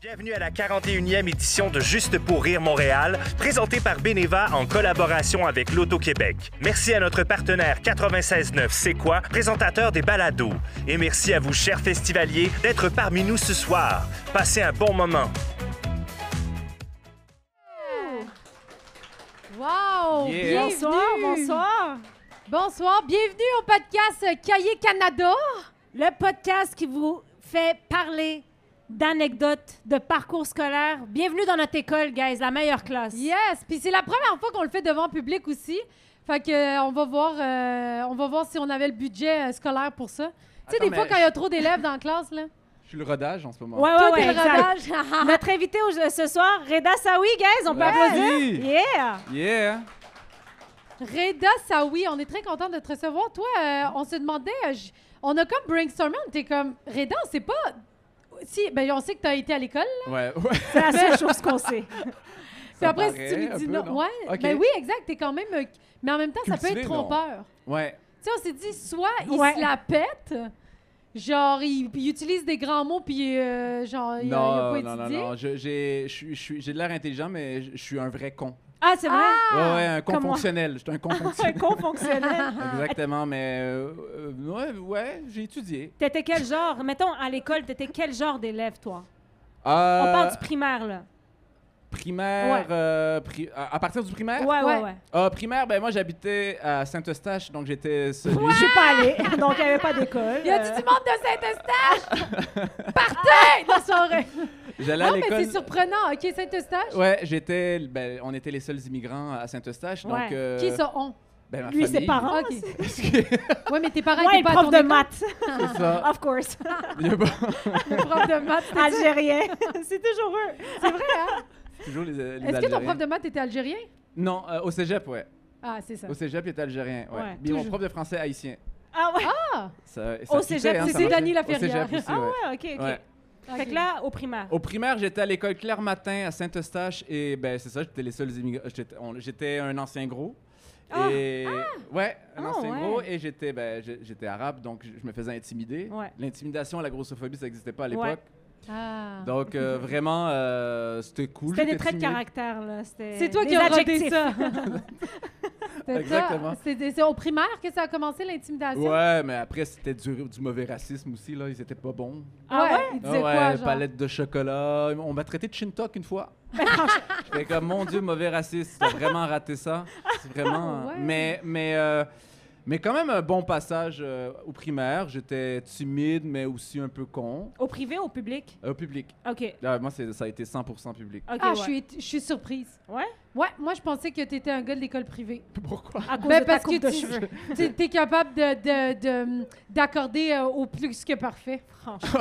Bienvenue à la 41e édition de Juste pour rire Montréal, présentée par Beneva en collaboration avec l'Auto-Québec. Merci à notre partenaire 96.9 C'est quoi, présentateur des balados. Et merci à vous, chers festivaliers, d'être parmi nous ce soir. Passez un bon moment. Wow! Yeah. bienvenue. Bonsoir, bonsoir. Bonsoir, bienvenue au podcast euh, Cahier Canada. Le podcast qui vous fait parler d'anecdotes, de parcours scolaire. Bienvenue dans notre école, guys, la meilleure classe. Yes, puis c'est la première fois qu'on le fait devant public aussi. Fait que euh, on va voir euh, on va voir si on avait le budget euh, scolaire pour ça. Tu sais Attends, des fois mais- quand il y a trop d'élèves dans la classe là. Je suis le rodage en ce moment. Ouais, ouais, Toi, ouais, t'es le exact. rodage. Ah. Notre invité au- ce soir, Reda Saoui, guys, on peut Ouais. applaudir? Oui. Yeah! Yeah! Reda Saoui, on est très content de te recevoir. Toi, euh, on se demandait euh, j- on a comme brainstormé, on était comme Reda, on sait pas si ben on sait que tu as été à l'école. là. Ouais, ouais. C'est la seule chose qu'on sait. Puis Ça après paraît si tu nous un dis peu, non, non? ouais, Ok. ben oui, exact, t'es quand même euh, mais en même temps ça peut Cultivé, être non? trompeur. Ouais. Tu sais, on s'est dit, soit il Ouais. se la pète, genre, il, il utilise des grands mots, puis euh, genre, il a- il a Non, pas non, non, étudié. non. Je- J'ai je suis- je suis- j'ai de l'air intelligent, mais je je suis un vrai con. Ah, c'est vrai? ouais, ouais, un con comme moi. fonctionnel. Je suis un con Un fonctionnel. con fonctionnel. Exactement, mais. euh, euh, ouais, ouais, j'ai étudié. T'étais quel genre? Mettons, à l'école, t'étais quel genre d'élève, toi? Euh, On parle du primaire, là. primaire. Ouais. euh, pri- à, à partir du primaire? Ouais, ouais, Ouais. ouais. Ah, primaire, ben moi j'habitais à Saint-Eustache, donc j'étais celui. Je suis pas allée, donc il n'y avait pas d'école. Il a dit, Euh, tu montes de Saint-Eustache! Partez! Non, c'est pas vrai. J'allais à Ah, Non, mais c'est l'école. surprenant. OK, Saint-Eustache? Ouais, j'étais. Ben, on était les seuls immigrants à Saint-Eustache, donc. Ouais. euh, Qui sont on? ben, ma Lui, ses famille. parents. OK. Ah, c'est- Ouais, mais tes parents Ouais, étaient le pas à prof ton de école. maths. C'est ça. Of course. Il y a pas- Le prof de maths. t'es- Algérien. c'est toujours eux. C'est vrai, hein? Toujours les, les Est-ce que ton Algériens. prof de maths était algérien? Non, euh, au cégep, ouais. Ah, c'est ça. Au cégep, il était algérien. Ouais. Ouais, Puis mon toujours. prof de français haïtien. Ah ouais. Ça- ça Au piquait, cégep, hein, c'est ça Denis marchait. Laferrière. Au cégep aussi, Ah ouais. ouais, ok, ok. Ouais. OK. Fait que là, au primaire. Au primaire, j'étais à l'école Claire Matin à Saint-Eustache et ben c'est ça, j'étais les seuls immigrants. J'étais, on- j'étais un ancien gros. Ah! Et ouais, un Ah, ancien ouais. gros et j'étais ben, j'ai- j'étais arabe donc je je me faisais intimider. Ouais. L'intimidation, la grossophobie, ça n'existait pas à Ouais. l'époque. Ah. Donc euh, vraiment euh, c'était cool. C'était des j'étais traits de timide. caractère, là. C'était C'est toi des qui as rodé adjectifs. ça. C'est ça. Exactement. C'est c'est au primaire que ça a commencé l'intimidation? Ouais, mais après c'était du, du mauvais racisme aussi là, ils étaient pas bons. Ah ouais? Il Ah disait ouais, quoi, genre? palette de chocolat. On m'a traité de Shintok une fois. J'étais comme, mon Dieu, mauvais raciste. T'as vraiment raté ça. C'est vraiment. Ah ouais. Mais, mais, euh, mais quand même, un bon passage euh, au primaire. J'étais timide, mais aussi un peu con. Au privé, au public. Euh, Au public. Ok. Là, moi, c'est- ça a été 100% public. Ok. Ah, ouais. je suis- je suis surprise. Ouais? Ouais, moi, je pensais que tu étais un gars de l'école privée. Pourquoi? À cause Ben, de ta parce coupe que de tu- cheveux. Tu es capable d'accorder de, d'accorder euh, au plus que parfait. Franchement.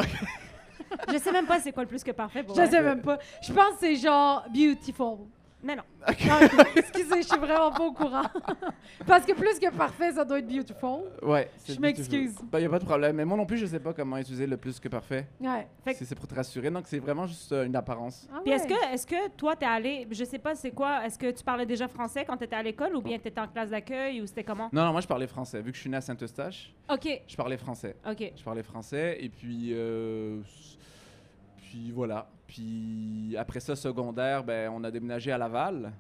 je sais même pas c'est quoi le plus que parfait. pour Je vrai. sais même pas. Je pense que c'est genre beautiful. Mais non. Non, ok. Excusez, je suis vraiment pas au courant. Parce que plus que parfait, ça doit être beautiful. Ouais. Je c'est- m'excuse. Ben, y a pas de problème. Mais moi non plus, je sais pas comment utiliser le plus que parfait. Ouais. Fait que- C'est c'est pour te rassurer. Donc, c'est vraiment juste euh, une apparence. Ah Puis est-ce ouais. que, est-ce que toi, t'es allé, je sais pas c'est quoi, est-ce que tu parlais déjà français quand t'étais à l'école ou bien t'étais en classe d'accueil ou c'était comment? Non, non, moi, je parlais français. Vu que je suis né à Saint-Eustache, Ok, je parlais français. ok. Je parlais français et puis euh, s- puis voilà. Puis après ça secondaire, ben on a déménagé à Laval.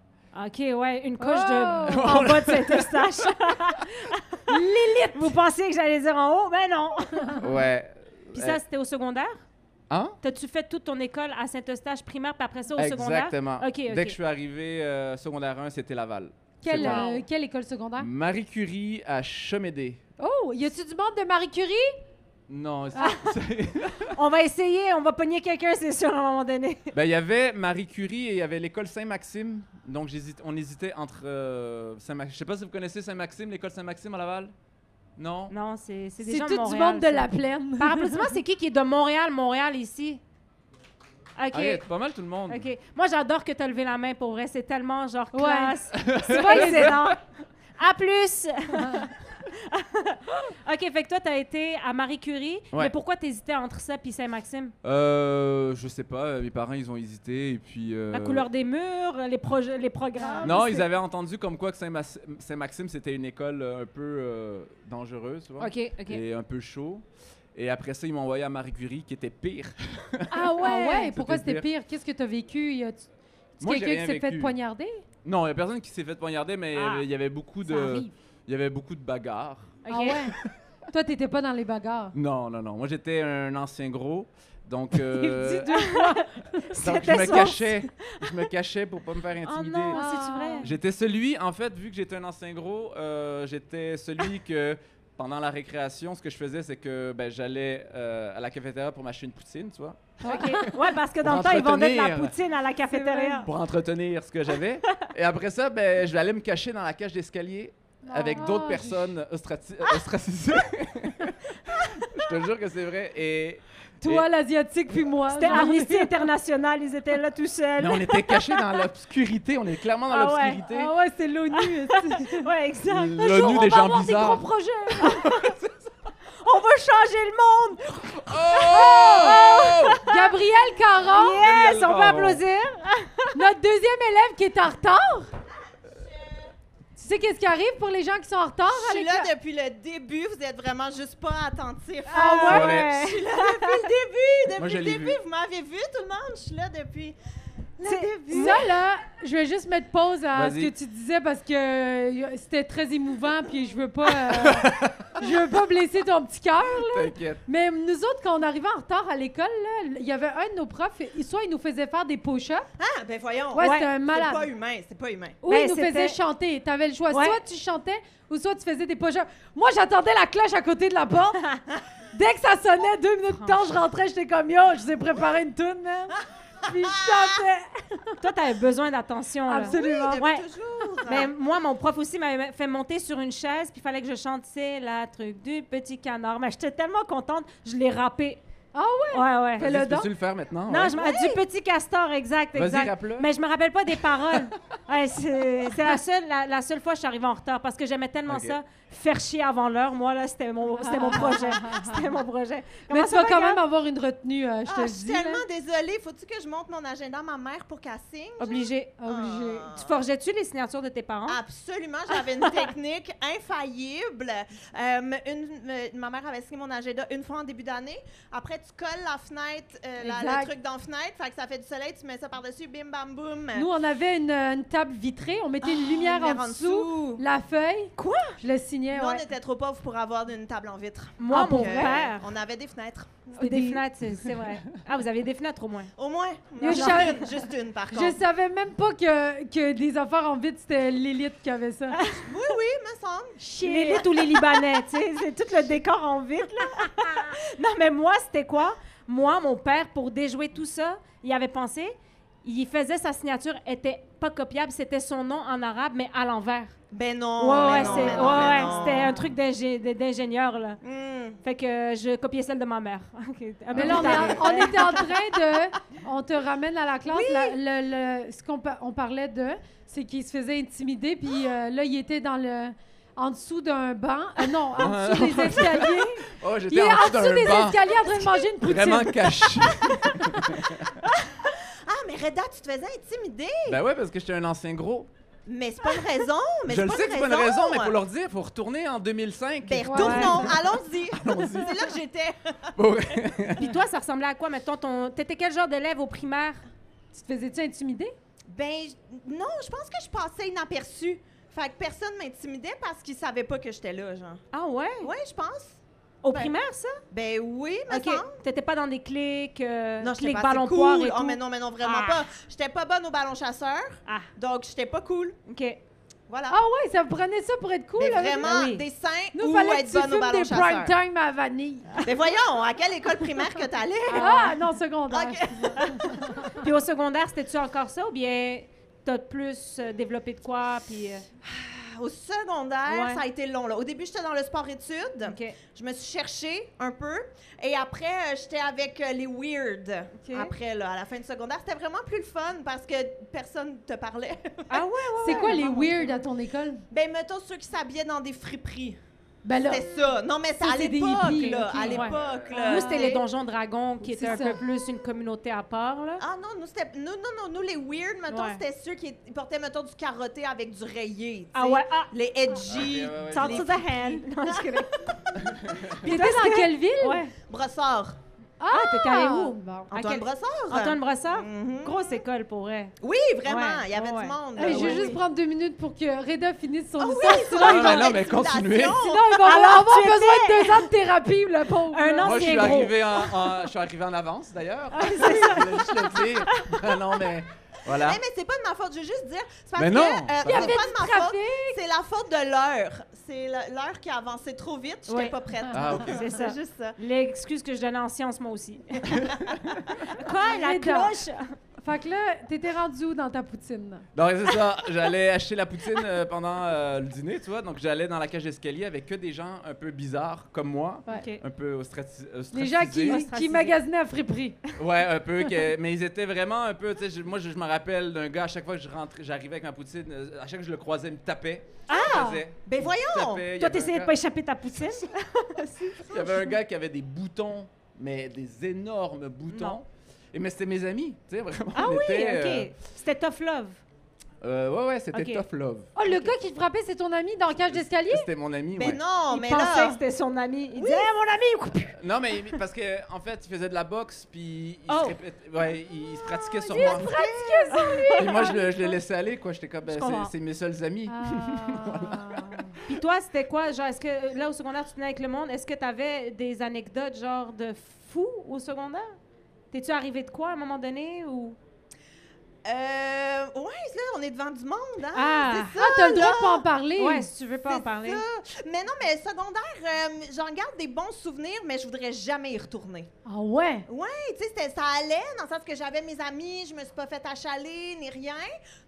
Ok, ouais, une coche de Oh! en bas de Saint-Eustache. Lilith! Vous pensiez que j'allais dire en haut, mais non! ouais. Puis ça, c'était au secondaire? hein? T'as-tu fait toute ton école à Saint-Eustache primaire, puis après ça au secondaire? Exactement. Ok, ok. Dès que je suis arrivé euh, secondaire 1, c'était Laval. Quelle, C'est bon. euh, quelle école secondaire? Marie Curie à Chemédé. Oh, y a-tu du monde de Marie Curie? Non, Ah. c'est- c'est- On va essayer, on va pogner quelqu'un, c'est sûr, à un moment donné. ben il y avait Marie Curie et il y avait l'école Saint-Maxime. Donc j'hésite on hésitait entre euh, Saint-Maxime. Je sais pas si vous connaissez Saint-Maxime, l'école Saint-Maxime à Laval Non. Non, c'est c'est des C'est gens tout de Montréal. du monde de ça. la plaine. Par applaudissement, c'est qui qui est de Montréal, Montréal, ici? Ok. Ah, il y a pas mal tout le monde. OK. Moi, j'adore que tu as levé la main pour vrai. C'est tellement genre Ouais. classe. C'est Pas vrai, c'est- excellent. À plus! OK, fait que toi, t'as été à Marie Curie, Ouais. mais pourquoi t'hésitais entre ça puis Saint-Maxime? Euh, je sais pas, euh, mes parents ils ont hésité et puis. euh, La couleur des murs, les, proje- les programmes? Non, c'est- ils avaient entendu comme quoi que Saint-Mas- Saint-Maxime c'était une école euh, un peu euh, dangereuse, tu vois, OK, OK. et un peu chaud. Et après ça, ils m'ont envoyé à Marie Curie, qui était pire. Ah ouais? Ah ouais, pourquoi C'était c'était pire? Qu'est-ce que t'as vécu? Y a-tu tu Moi, j'ai quelqu'un rien qui s'est fait vécu. poignarder? Non, il n'y a personne qui s'est fait poignarder, mais il y Ah, avait- il y avait beaucoup Ça de, arrive. il y avait beaucoup de bagarres. Ah Ok. ouais? Toi, t'étais pas dans les bagarres. Non, non, non. Moi, j'étais un ancien gros, donc, euh, Il dit deux fois. donc je C'était me son- cachais, je me cachais pour pas me faire Oh intimider. non, Ah. c'est vrai. J'étais celui, en fait, vu que j'étais un ancien gros, euh, j'étais celui que pendant la récréation, ce que je faisais, c'est que ben, j'allais euh, à la cafétéria pour m'acheter une poutine, tu vois, Ok. Ouais, parce que dans le Pour temps, ils vendaient de la entretenir. poutine à la cafétéria. Ah, pour entretenir ce que j'avais. Et après ça, ben, je vais aller me cacher dans la cage d'escalier avec Ah, Oh. d'autres j'ai- personnes ostrati- ostracisées. je te jure que c'est vrai. Et Toi, l'Asiatique, puis moi. C'était genre. Amnesty International, ils étaient là tout Mais seuls. on était cachés dans l'obscurité. On est clairement dans Ah ouais. l'obscurité. Ah ouais, c'est l'ONU. est-ce Ouais, exact. que- L'ONU on des va gens avoir des bizarres. gros projets. On va changer le monde! Oh! Gabriel Caron, Yes! On peut Caron. applaudir! notre deuxième élève qui est en retard. Tu sais qu'est-ce qui arrive pour Ah, les gens qui sont en retard à Je suis l'école? là depuis le début, vous êtes vraiment juste pas attentifs. C'est Ah vrai. ouais! Depuis le début, depuis Moi, je le l'ai début, vu. vous m'avez vu tout le monde, je suis là depuis le C'est- début. Ça, là, je vais juste mettre pause à ce Vas-y. que tu disais parce que euh, c'était très émouvant, puis je veux pas, euh, je veux pas blesser ton petit cœur. T'inquiète. Mais nous autres, quand on arrivait en retard à l'école, là, il y avait un de nos profs, il- soit il nous faisait faire des push Ah, ben voyons. ouais, Ouais, c'était un c'est malade. pas humain, c'est pas humain. Ou Ben, il nous c'était- faisait chanter. Tu avais le choix. Ouais. Soit tu chantais ou soit tu faisais des push Moi, j'attendais la cloche à côté de la porte. Dès que ça sonnait, deux minutes de temps, je rentrais, j'étais comme yo, je vous ai préparé une toune, man. Puis je chantais. Toi, t'avais besoin d'attention. là. Absolument. Oui, depuis Ouais. toujours. Mais moi, mon prof aussi m'avait fait monter sur une chaise, puis il fallait que je chante C'est la truc du petit canard. Mais j'étais tellement contente, je l'ai rappé. Ah ouais? Ouais, ouais. Fais-le Vas-y, donc. Peux-tu le faire maintenant? Non, Ouais. je m- du petit castor, exact, Vas-y, exact. rappe-le. Mais je me rappelle pas des paroles. Ouais, c'est c'est la seule, la, la seule fois que je suis arrivée en retard parce que j'aimais tellement Ok. ça. Faire chier avant l'heure, moi, là, c'était mon, c'était mon projet. C'était mon projet. Mais Comment tu ça vas va, quand Gab? même avoir une retenue, euh, je te Ah, le je suis dis. là. tellement désolée. Faut-tu que je monte mon agenda à ma mère pour qu'elle signe? Obligé. Ah Obligé. Tu forgeais-tu les signatures de tes parents? Absolument, j'avais une technique infaillible. Euh, une- euh, ma mère avait signé mon agenda une fois en début d'année. Après, tu colles la fenêtre, euh, la- Exact. le truc dans la fenêtre, fait que ça fait du soleil, tu mets ça par-dessus, bim bam boum. Nous, on avait une, euh, une table vitrée, on mettait une lumière Ah. Lumière en dessous, la feuille. Quoi? Je le signais, Nous, on ouais. était trop pauvres pour avoir une table en vitre. Eh Moi, Donc, mon euh, père. On avait des fenêtres. C'était des fenêtres, c'est- c'est vrai. Ah, vous aviez des fenêtres au moins. Au moins. Yo, Juste Charles- une, juste une, par Je contre. savais même pas que, que des affaires en vide, c'était l'élite qui avait ça. Oui, oui, me semble. Les Lites ou les Libanais, tu sais, c'est tout le décor en vitre, là. non, mais moi, c'était quoi? Moi, mon père, pour déjouer tout ça, il avait pensé, il faisait sa signature, était pas copiable, c'était son nom en arabe, mais à l'envers. Ben Ouais, non. ouais, ben non, c'est- ben non, ouais, ben ouais, non. c'était un truc d'ingé- de- d'ingénieur, là. Hmm. Fait que euh, je copiais celle de ma mère. Ok, Ah, un peu Mais là, on, plus tard. est en- on était en train de. On te ramène à la classe. la- le, le- ce qu'on pa- on parlait de, c'est qu'il se faisait intimider, puis euh, là, il était dans le. En dessous d'un banc. Ah non, en dessous des escaliers. Oh, Il j'étais est en en dessous dessous des d'un banc. escaliers en train de manger une poutine. Vraiment caché. Ah, mais Reda, tu te faisais intimider. ben ouais, parce que j'étais un ancien gros. Mais c'est pas une raison. Mais je c'est le pas sais une que c'est pas une raison, mais faut leur dire, faut retourner en 2005. Ben, Ouais. retournons, allons-y. c'est là que j'étais. Pour- Puis toi, ça ressemblait à quoi, mettons, ton... T'étais quel genre d'élève au primaire? Tu te faisais-tu intimider? Ben, je- non, je pense que je passais inaperçu. Fait que personne m'intimidait parce qu'ils savaient pas que j'étais là, genre. Ah ouais? Ouais, je pense. Au Ben, primaire, ça? Ben oui, me Ok, semble. t'étais pas dans des clics, euh, Non, j'étais clics pas ballon assez poire et cool. tout? Oh, mais non, mais non, vraiment Ah. pas. J'étais pas bonne au ballon chasseur, Ah, donc j'étais pas cool. ok. Voilà. Ah ouais, ça prenait ça pour être cool. mais là, vraiment, oui. des seins Nous, ou fallait que être tu bonne au fumes ballon des prime chasseur. time à vanille. Mais voyons, à quelle école primaire que t'allais? Ah, non, secondaire. Ok. Puis au secondaire, c'était-tu encore ça ou bien t'as plus euh, développé de quoi? Puis. euh, Au secondaire, Ouais. ça a été long. Là. Au début, j'étais dans le sport-études. OK. Je me suis cherchée un peu. Et après, euh, j'étais avec euh, les weird. OK. Après, là, à la fin du secondaire, c'était vraiment plus le fun parce que personne te parlait. Ah ouais, ouais, C'est ouais, quoi les vraiment. weird à ton école? ben, mettons ceux qui s'habillaient dans des friperies. Ben là, C'était ça. Non, mais c'est Ça, à c'est des l'époque, hippies, là. ok, à ouais. l'époque, là. Nous, c'était les Donjons Dragons, qui C'est était un ça. peu plus une communauté à part, là. Ah non, nous, c'était... Nous, non, non, nous, les weird, mettons, Ouais. c'était ceux qui ils portaient, mettons, du carotté avec du rayé, tu Ah sais. ouais, ah, Les edgy, Ok, ouais, ouais, talk les to the hand. Non, je connais. t'étais dans quelle ville? Ouais. brossard. Ah, t'étais allé Ah, où? bon. À Antoine quel- Brossard? Antoine Brossard? Mhm. Grosse école pour vrai. Oui, vraiment, Ouais, il y avait ouais. du monde. Hey, là, je vais ouais, juste oui. prendre deux minutes pour que Reda finisse son Ah oui, histoire. c'est Ah, vrai, mais non, ils ont mais l'intimidation. continuez. Sinon, il va Alors, avoir tu besoin de deux ans de thérapie, le pauvre. Un là. an. Moi, je suis, Ancien gros. arrivé en, en- je suis arrivé en avance, d'ailleurs. Ah, c'est ça. Je voulais juste le dire. Ben non, mais voilà. Hey, mais c'est pas de ma faute, je veux juste dire. C'est parce Mais que, non, euh, ça c'est va. pas Il y avait de ma faute, Trafic. c'est la faute de l'heure. C'est la- l'heure qui a avancé trop vite, j'étais Ouais. pas prête. Ah, ok. C'est ça. C'est juste ça. L'excuse que je donnais en sciences, moi aussi. Quoi, la Mais donc. cloche? Fait que là, t'étais rendu où dans ta poutine? Donc, c'est ça. J'allais acheter la poutine euh, pendant euh, le dîner, tu vois. Donc, j'allais dans la cage d'escalier avec que des gens un peu bizarres, comme moi. Ouais. OK. Un peu ostrati- euh, ostracisés. Les gens qui, qui Ostracisé. magasinaient à friperie. Ouais, un peu. que- mais ils étaient vraiment un peu. Tu sais, je- moi, je, je me rappelle d'un gars, à chaque fois que je rentrais, j'arrivais avec ma poutine, euh, à chaque fois que je le croisais, il me tapait. Ah! Ben voyons! Toi, t'essayais de pas échapper ta poutine? Il y avait un gars qui avait des boutons, mais des énormes boutons. Non. Et mais c'était mes amis, tu sais, vraiment. Ah on oui, était, euh, OK. C'était tough love. euh, ouais, ouais, c'était Ok. tough love. Oh, le gars qui te frappait, c'est ton ami dans le cage d'escalier? C'était mon ami, Ben Mais ouais. non, il mais pensait là. que c'était son ami. Il disait, Eh, mon ami, il coupe. Non, mais mais parce que en fait, il faisait de la boxe, puis il, Oh. se, répétait- ouais, il, il se pratiquait sur moi. Et moi, je le, je le laissais aller, quoi. J'étais comme, ben, Je c'est- comprends. Ah, c'est mes seuls amis. Puis toi, c'était quoi? Genre, est-ce que euh, là, au secondaire, tu tenais avec le monde, est-ce que t'avais des anecdotes, genre, de fou au secondaire? T'es-tu arrivé de quoi à un moment donné? ou Euh, ouais, là, on est devant du monde, hein? Ah! C'est ça, Ah, t'as le droit là. de pas en parler. Ouais, si tu veux pas en c'est parler. Mais non, mais secondaire, euh, j'en garde des bons souvenirs, mais je voudrais jamais y retourner. Ah ouais? Hey, tu sais, c'était- ça allait, dans le sens que j'avais mes amis, je me suis pas fait achaler, ni rien,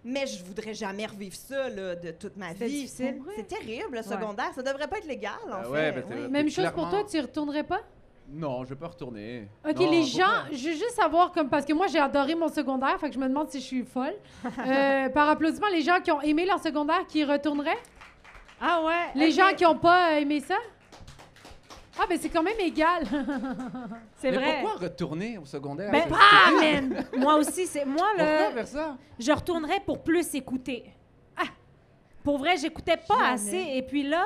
mais je voudrais jamais revivre ça, là, de toute ma C'était vie. difficile. C'est terrible, le secondaire. Ça devrait pas être légal, en Ah fait. ouais, ben, t'es- oui. t'es Même chose pour clairement- toi, tu y retournerais pas? Non, je vais pas retourner. OK, Non, les pourquoi? gens, je veux juste savoir, comme, parce que moi, j'ai adoré mon secondaire, fait que je me demande si je suis folle. Euh, par applaudissement, les gens qui ont aimé leur secondaire, qui y retourneraient? Ah ouais? Les ok. gens qui n'ont pas euh, aimé ça? Ah, ben c'est quand même égal. C'est mais vrai. pourquoi retourner au secondaire? Ben, euh. C'est- ah, man! Moi aussi, c'est. Moi, Pourquoi là, faire ça? je retournerais pour plus écouter. Ah! Pour vrai, j'écoutais pas Jamais. assez. Et puis là,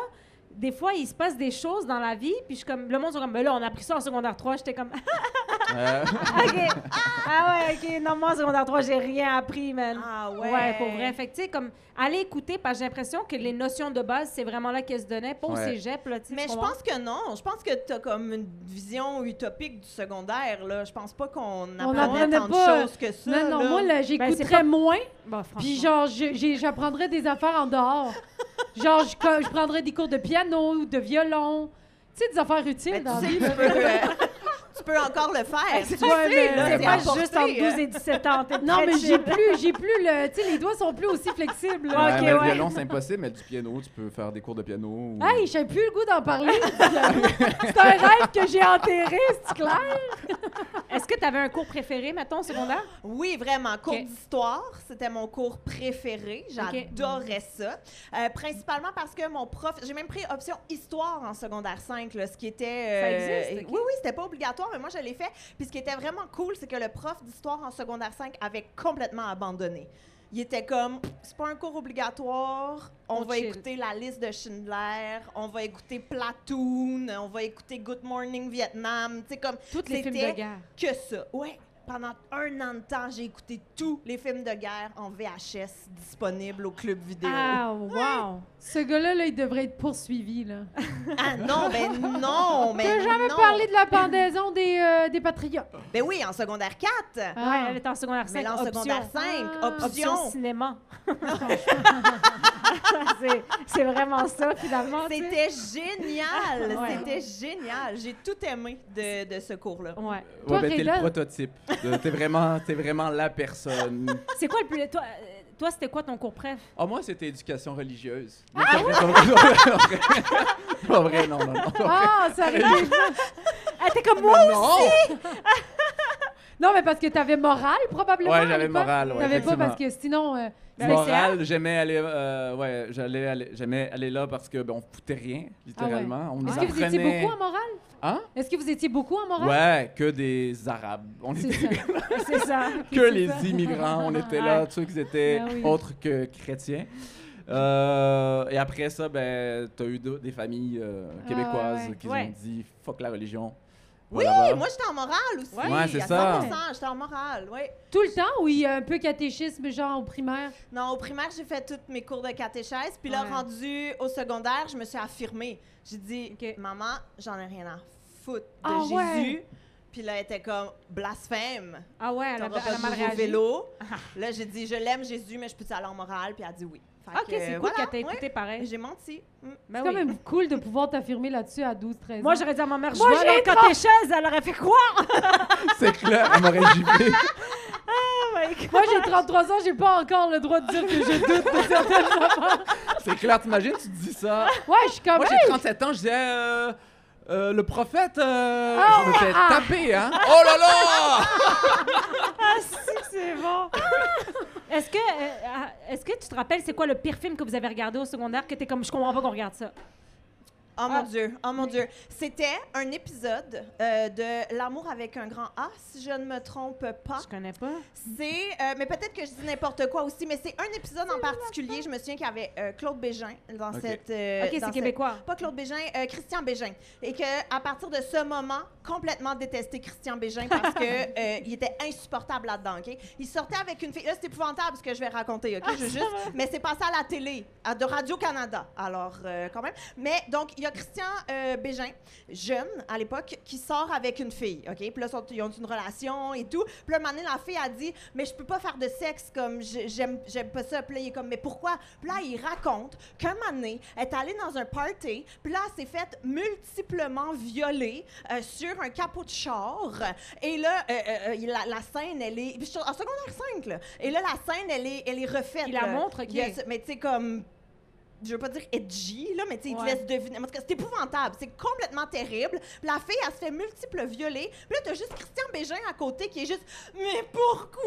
des fois, il se passe des choses dans la vie. Puis je suis comme. Le monde, sont comme. Mais là, on a pris ça en secondaire 3. J'étais comme. Ah, Euh, OK. Ah ouais, OK. Non, moi, en secondaire 3, j'ai rien appris, man. Ah ouais. ouais. pour vrai. Fait que, tu sais, comme, aller écouter, parce que j'ai l'impression que les notions de base, c'est vraiment là qu'elles se donnaient, pas au Ouais. cégep, là, tu sais, Mais tu je comprends? pense que non. Je pense que t'as comme une vision utopique du secondaire, là. Je pense pas qu'on apprenait apprenait tant pas- de choses que ça, non, non, là. moi, là, j'écouterais Ben, c'est pas- moins, Bah, franchement. puis genre, je- j'ai- j'apprendrais des affaires en dehors. genre, je, co- je prendrais des cours de piano ou de violon. Tu sais, des affaires utiles Ben, Mais dans la tu sais vie. que tu peux, euh, tu peux encore le faire. Ouais, mais- là, C'est c'est pas apporté, hein. juste entre 12 et 17 ans. t'es Non, très mais chill. j'ai plus, j'ai plus le. Tu sais, les doigts sont plus aussi flexibles. Ah, là. ouais, ok, mais ouais. Le violon, c'est impossible, mais du piano, tu peux faire des cours de piano. ou- Hey, j'ai plus le goût d'en parler. c'est un rêve que j'ai enterré, c'est clair? Est-ce que t'avais un cours préféré, mettons, au secondaire? Oui, vraiment. Cours Ok. d'histoire, c'était mon cours préféré. J'adorais ça. Euh, principalement parce que mon prof, j'ai même pris option histoire en secondaire 5, là, ce qui était. Ça existe, et- ok. Oui, oui, c'était pas obligatoire, mais moi je l'ai fait. Puis ce qui était vraiment cool, c'est que le prof d'histoire en secondaire 5 avait complètement abandonné. Il était comme, c'est pas un cours obligatoire, on, On va chill. écouter la liste de Schindler, on va écouter Platoon, on va écouter Good Morning Vietnam, tu sais, comme Toutes les films de C'était- guerre. que ça. Ouais. Pendant un an de temps, j'ai écouté tous les films de guerre en VHS disponibles au club vidéo. Ah, Ah, wow! Ce gars-là, là, il devrait être poursuivi, là. Ah non, mais non, Ben, mais T'as jamais non. parlé de la pendaison des, euh, des patriotes. Ben oui, en secondaire 4. Ouais, elle était en secondaire mais 5, là, en option. secondaire 5, Ah. option. Option cinéma. C'est- c'est vraiment ça, finalement. tu sais. C'était génial, Ouais. c'était génial. J'ai tout aimé de, de ce cours-là. Ouais. Ouais, Toi, ben, t'es Reda- le prototype. Euh, t'es vraiment, t'es vraiment la personne. C'est quoi le plus... Toi, euh, toi c'était quoi ton cours préf? Ah, moi, c'était éducation religieuse. Ah, Mais pas vrai, pas vrai, pas vrai, non, non, non. Ah, ça Ah, aurait été- Elle était comme moi! non! Non, mais parce que t'avais morale, probablement. Ouais, à j'avais l'époque. morale, ouais, T'avais pas effectivement. parce que sinon, euh, Morale, j'aimais aller, euh, ouais, j'allais aller- j'aimais aller là parce que ben, on foutait rien, littéralement. On nous Ah, Est-ce que vous étiez apprenait- beaucoup en morale? Hein? Est-ce que vous étiez beaucoup en morale? Ouais, que des Arabes. On C'est était ça. C'est ça. que c'est les ça. immigrants, on était là, ceux qui étaient Ben oui. autres que chrétiens. Euh, et après ça, ben, t'as eu de- des familles euh, Ah, québécoises ouais, ouais. qui Ouais. ont dit fuck la religion. Oui, Voilà. moi, j'étais en morale aussi. Ouais. Ouais, c'est à ça. 100%, j'étais en morale, oui. Tout le temps ou il y a un peu catéchisme, genre au primaire? Non, au primaire, j'ai fait tous mes cours de catéchèse. Puis là, Ouais. rendu au secondaire, je me suis affirmée. J'ai dit, Ok. maman, j'en ai rien à foutre de Ah Jésus. ouais. Puis là, elle était comme blasphème. Ah ouais, elle a, T'auras elle a mal pas de nouveau réagi. vélo. là, j'ai dit, je l'aime Jésus, mais je peux-tu aller en morale? Puis elle a dit oui. Fait Ok, que, c'est cool voilà, qu'elle t'a ouais. écouté pareil. J'ai menti. Mm. Ben C'est quand oui. même cool de pouvoir t'affirmer là-dessus à 12-13 ans. Moi, j'aurais dit à ma mère, je Moi, vois j'ai l'autre pas- catéchèse, elle aurait fait quoi? C'est clair, on m'aurait giflé. Moi, j'ai 33 ans, j'ai pas encore le droit de dire que je doute de certaines affaires. C'est clair, t'imagines, tu te dis ça. Ouais, je suis comme. Moi, Hey! j'ai 37 ans, je disais. euh, euh, le prophète, euh, Ah, je me fais ah. taper, hein? Oh là là! Ah, si, c'est bon. Est-ce que, euh, ah, est-ce que tu te rappelles, c'est quoi le pire film que vous avez regardé au secondaire que t'es comme, je comprends pas qu'on regarde ça? Oh mon Ah. Dieu, oh mon Dieu. C'était un épisode euh, de L'amour avec un grand A, si je ne me trompe pas. Je connais pas. C'est, euh, mais peut-être que je dis n'importe quoi aussi, mais c'est un épisode en particulier. Je me souviens qu'il y avait euh, Claude Bégin dans Ok. cette. ok, euh, dans c'est cette- québécois. Pas Claude Bégin, euh, Christian Bégin. Et que à partir de ce moment, complètement détesté Christian Bégin parce que euh, il était insupportable là-dedans. ok? Il sortait avec une fille. Là, c'est épouvantable ce que je vais raconter. ok? Je veux juste, mais c'est passé à la télé, à de Radio Canada. Alors euh, quand même. Mais donc il y a Christian euh, Bégin, jeune à l'époque, qui sort avec une fille. Ok. Puis là, sont- ils ont une relation et tout. Puis là, un moment donné, la fille a dit, mais je peux pas faire de sexe comme je- j'aime, j'aime pas ça. Puis là, il est comme, mais pourquoi? Puis là, il raconte qu'un moment donné, elle est allée dans un party, puis là, elle s'est faite multiplement violer euh, sur un capot de char. Et là, euh, euh, euh, la, la scène, elle est. puis je suis En secondaire 5, là. Et là, la scène, elle est, elle est refaite. Il la là. montre, ok. Il y a ce- Mais tu sais, comme. Je veux pas dire edgy, là, mais tu sais, il te Ouais. laisse deviner. En tout cas, c'est épouvantable. C'est complètement terrible. Puis la fille, elle se fait multiples violer. Puis là, t'as juste Christian Bégin à côté qui est juste Mais pourquoi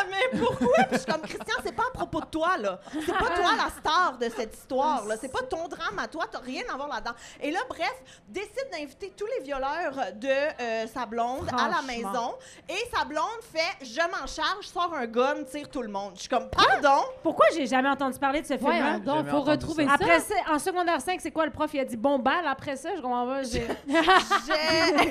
Ah, Mais pourquoi Puis je suis comme Christian, c'est pas à propos de toi, là. C'est pas toi la star de cette histoire, là. C'est pas ton drame à toi. T'as rien à voir là-dedans. Et là, bref, décide d'inviter tous les violeurs de euh, sa blonde à la Franchement. maison. Et sa blonde fait Je m'en charge, sors un gun, tire tout le monde. Je suis comme Pardon Pourquoi j'ai jamais entendu parler de ce film Voyons donc, Jamais faut entendu retrouver ça. Après ça, en secondaire 5, c'est quoi le prof? Il a dit bon bal. Après ça, je comprends pas. j'ai- Je-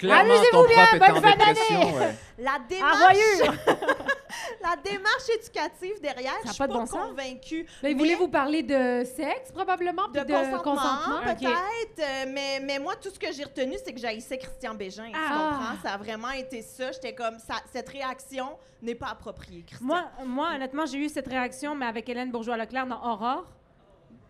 Clairement, ton Amusez-vous bien, prof est bonne en fin dépression. ouais. Ah, La Envoyeux! démarche, la démarche éducative derrière, Ça a je suis pas pas, de bon sens. convaincue. Là, ils Mais voulaient vous Ben, parler de sexe, probablement, de, puis de, consentement, consentement. ok. peut-être, euh, mais, mais moi, tout ce que j'ai retenu, c'est que j'haïssais Christian Bégin. tu Ah. comprends? Ça a vraiment été ça. J'étais comme, ça, cette réaction n'est pas appropriée, Christian. Moi, moi, honnêtement, j'ai eu cette réaction, mais avec Hélène Bourgeois-Leclerc dans Aurore.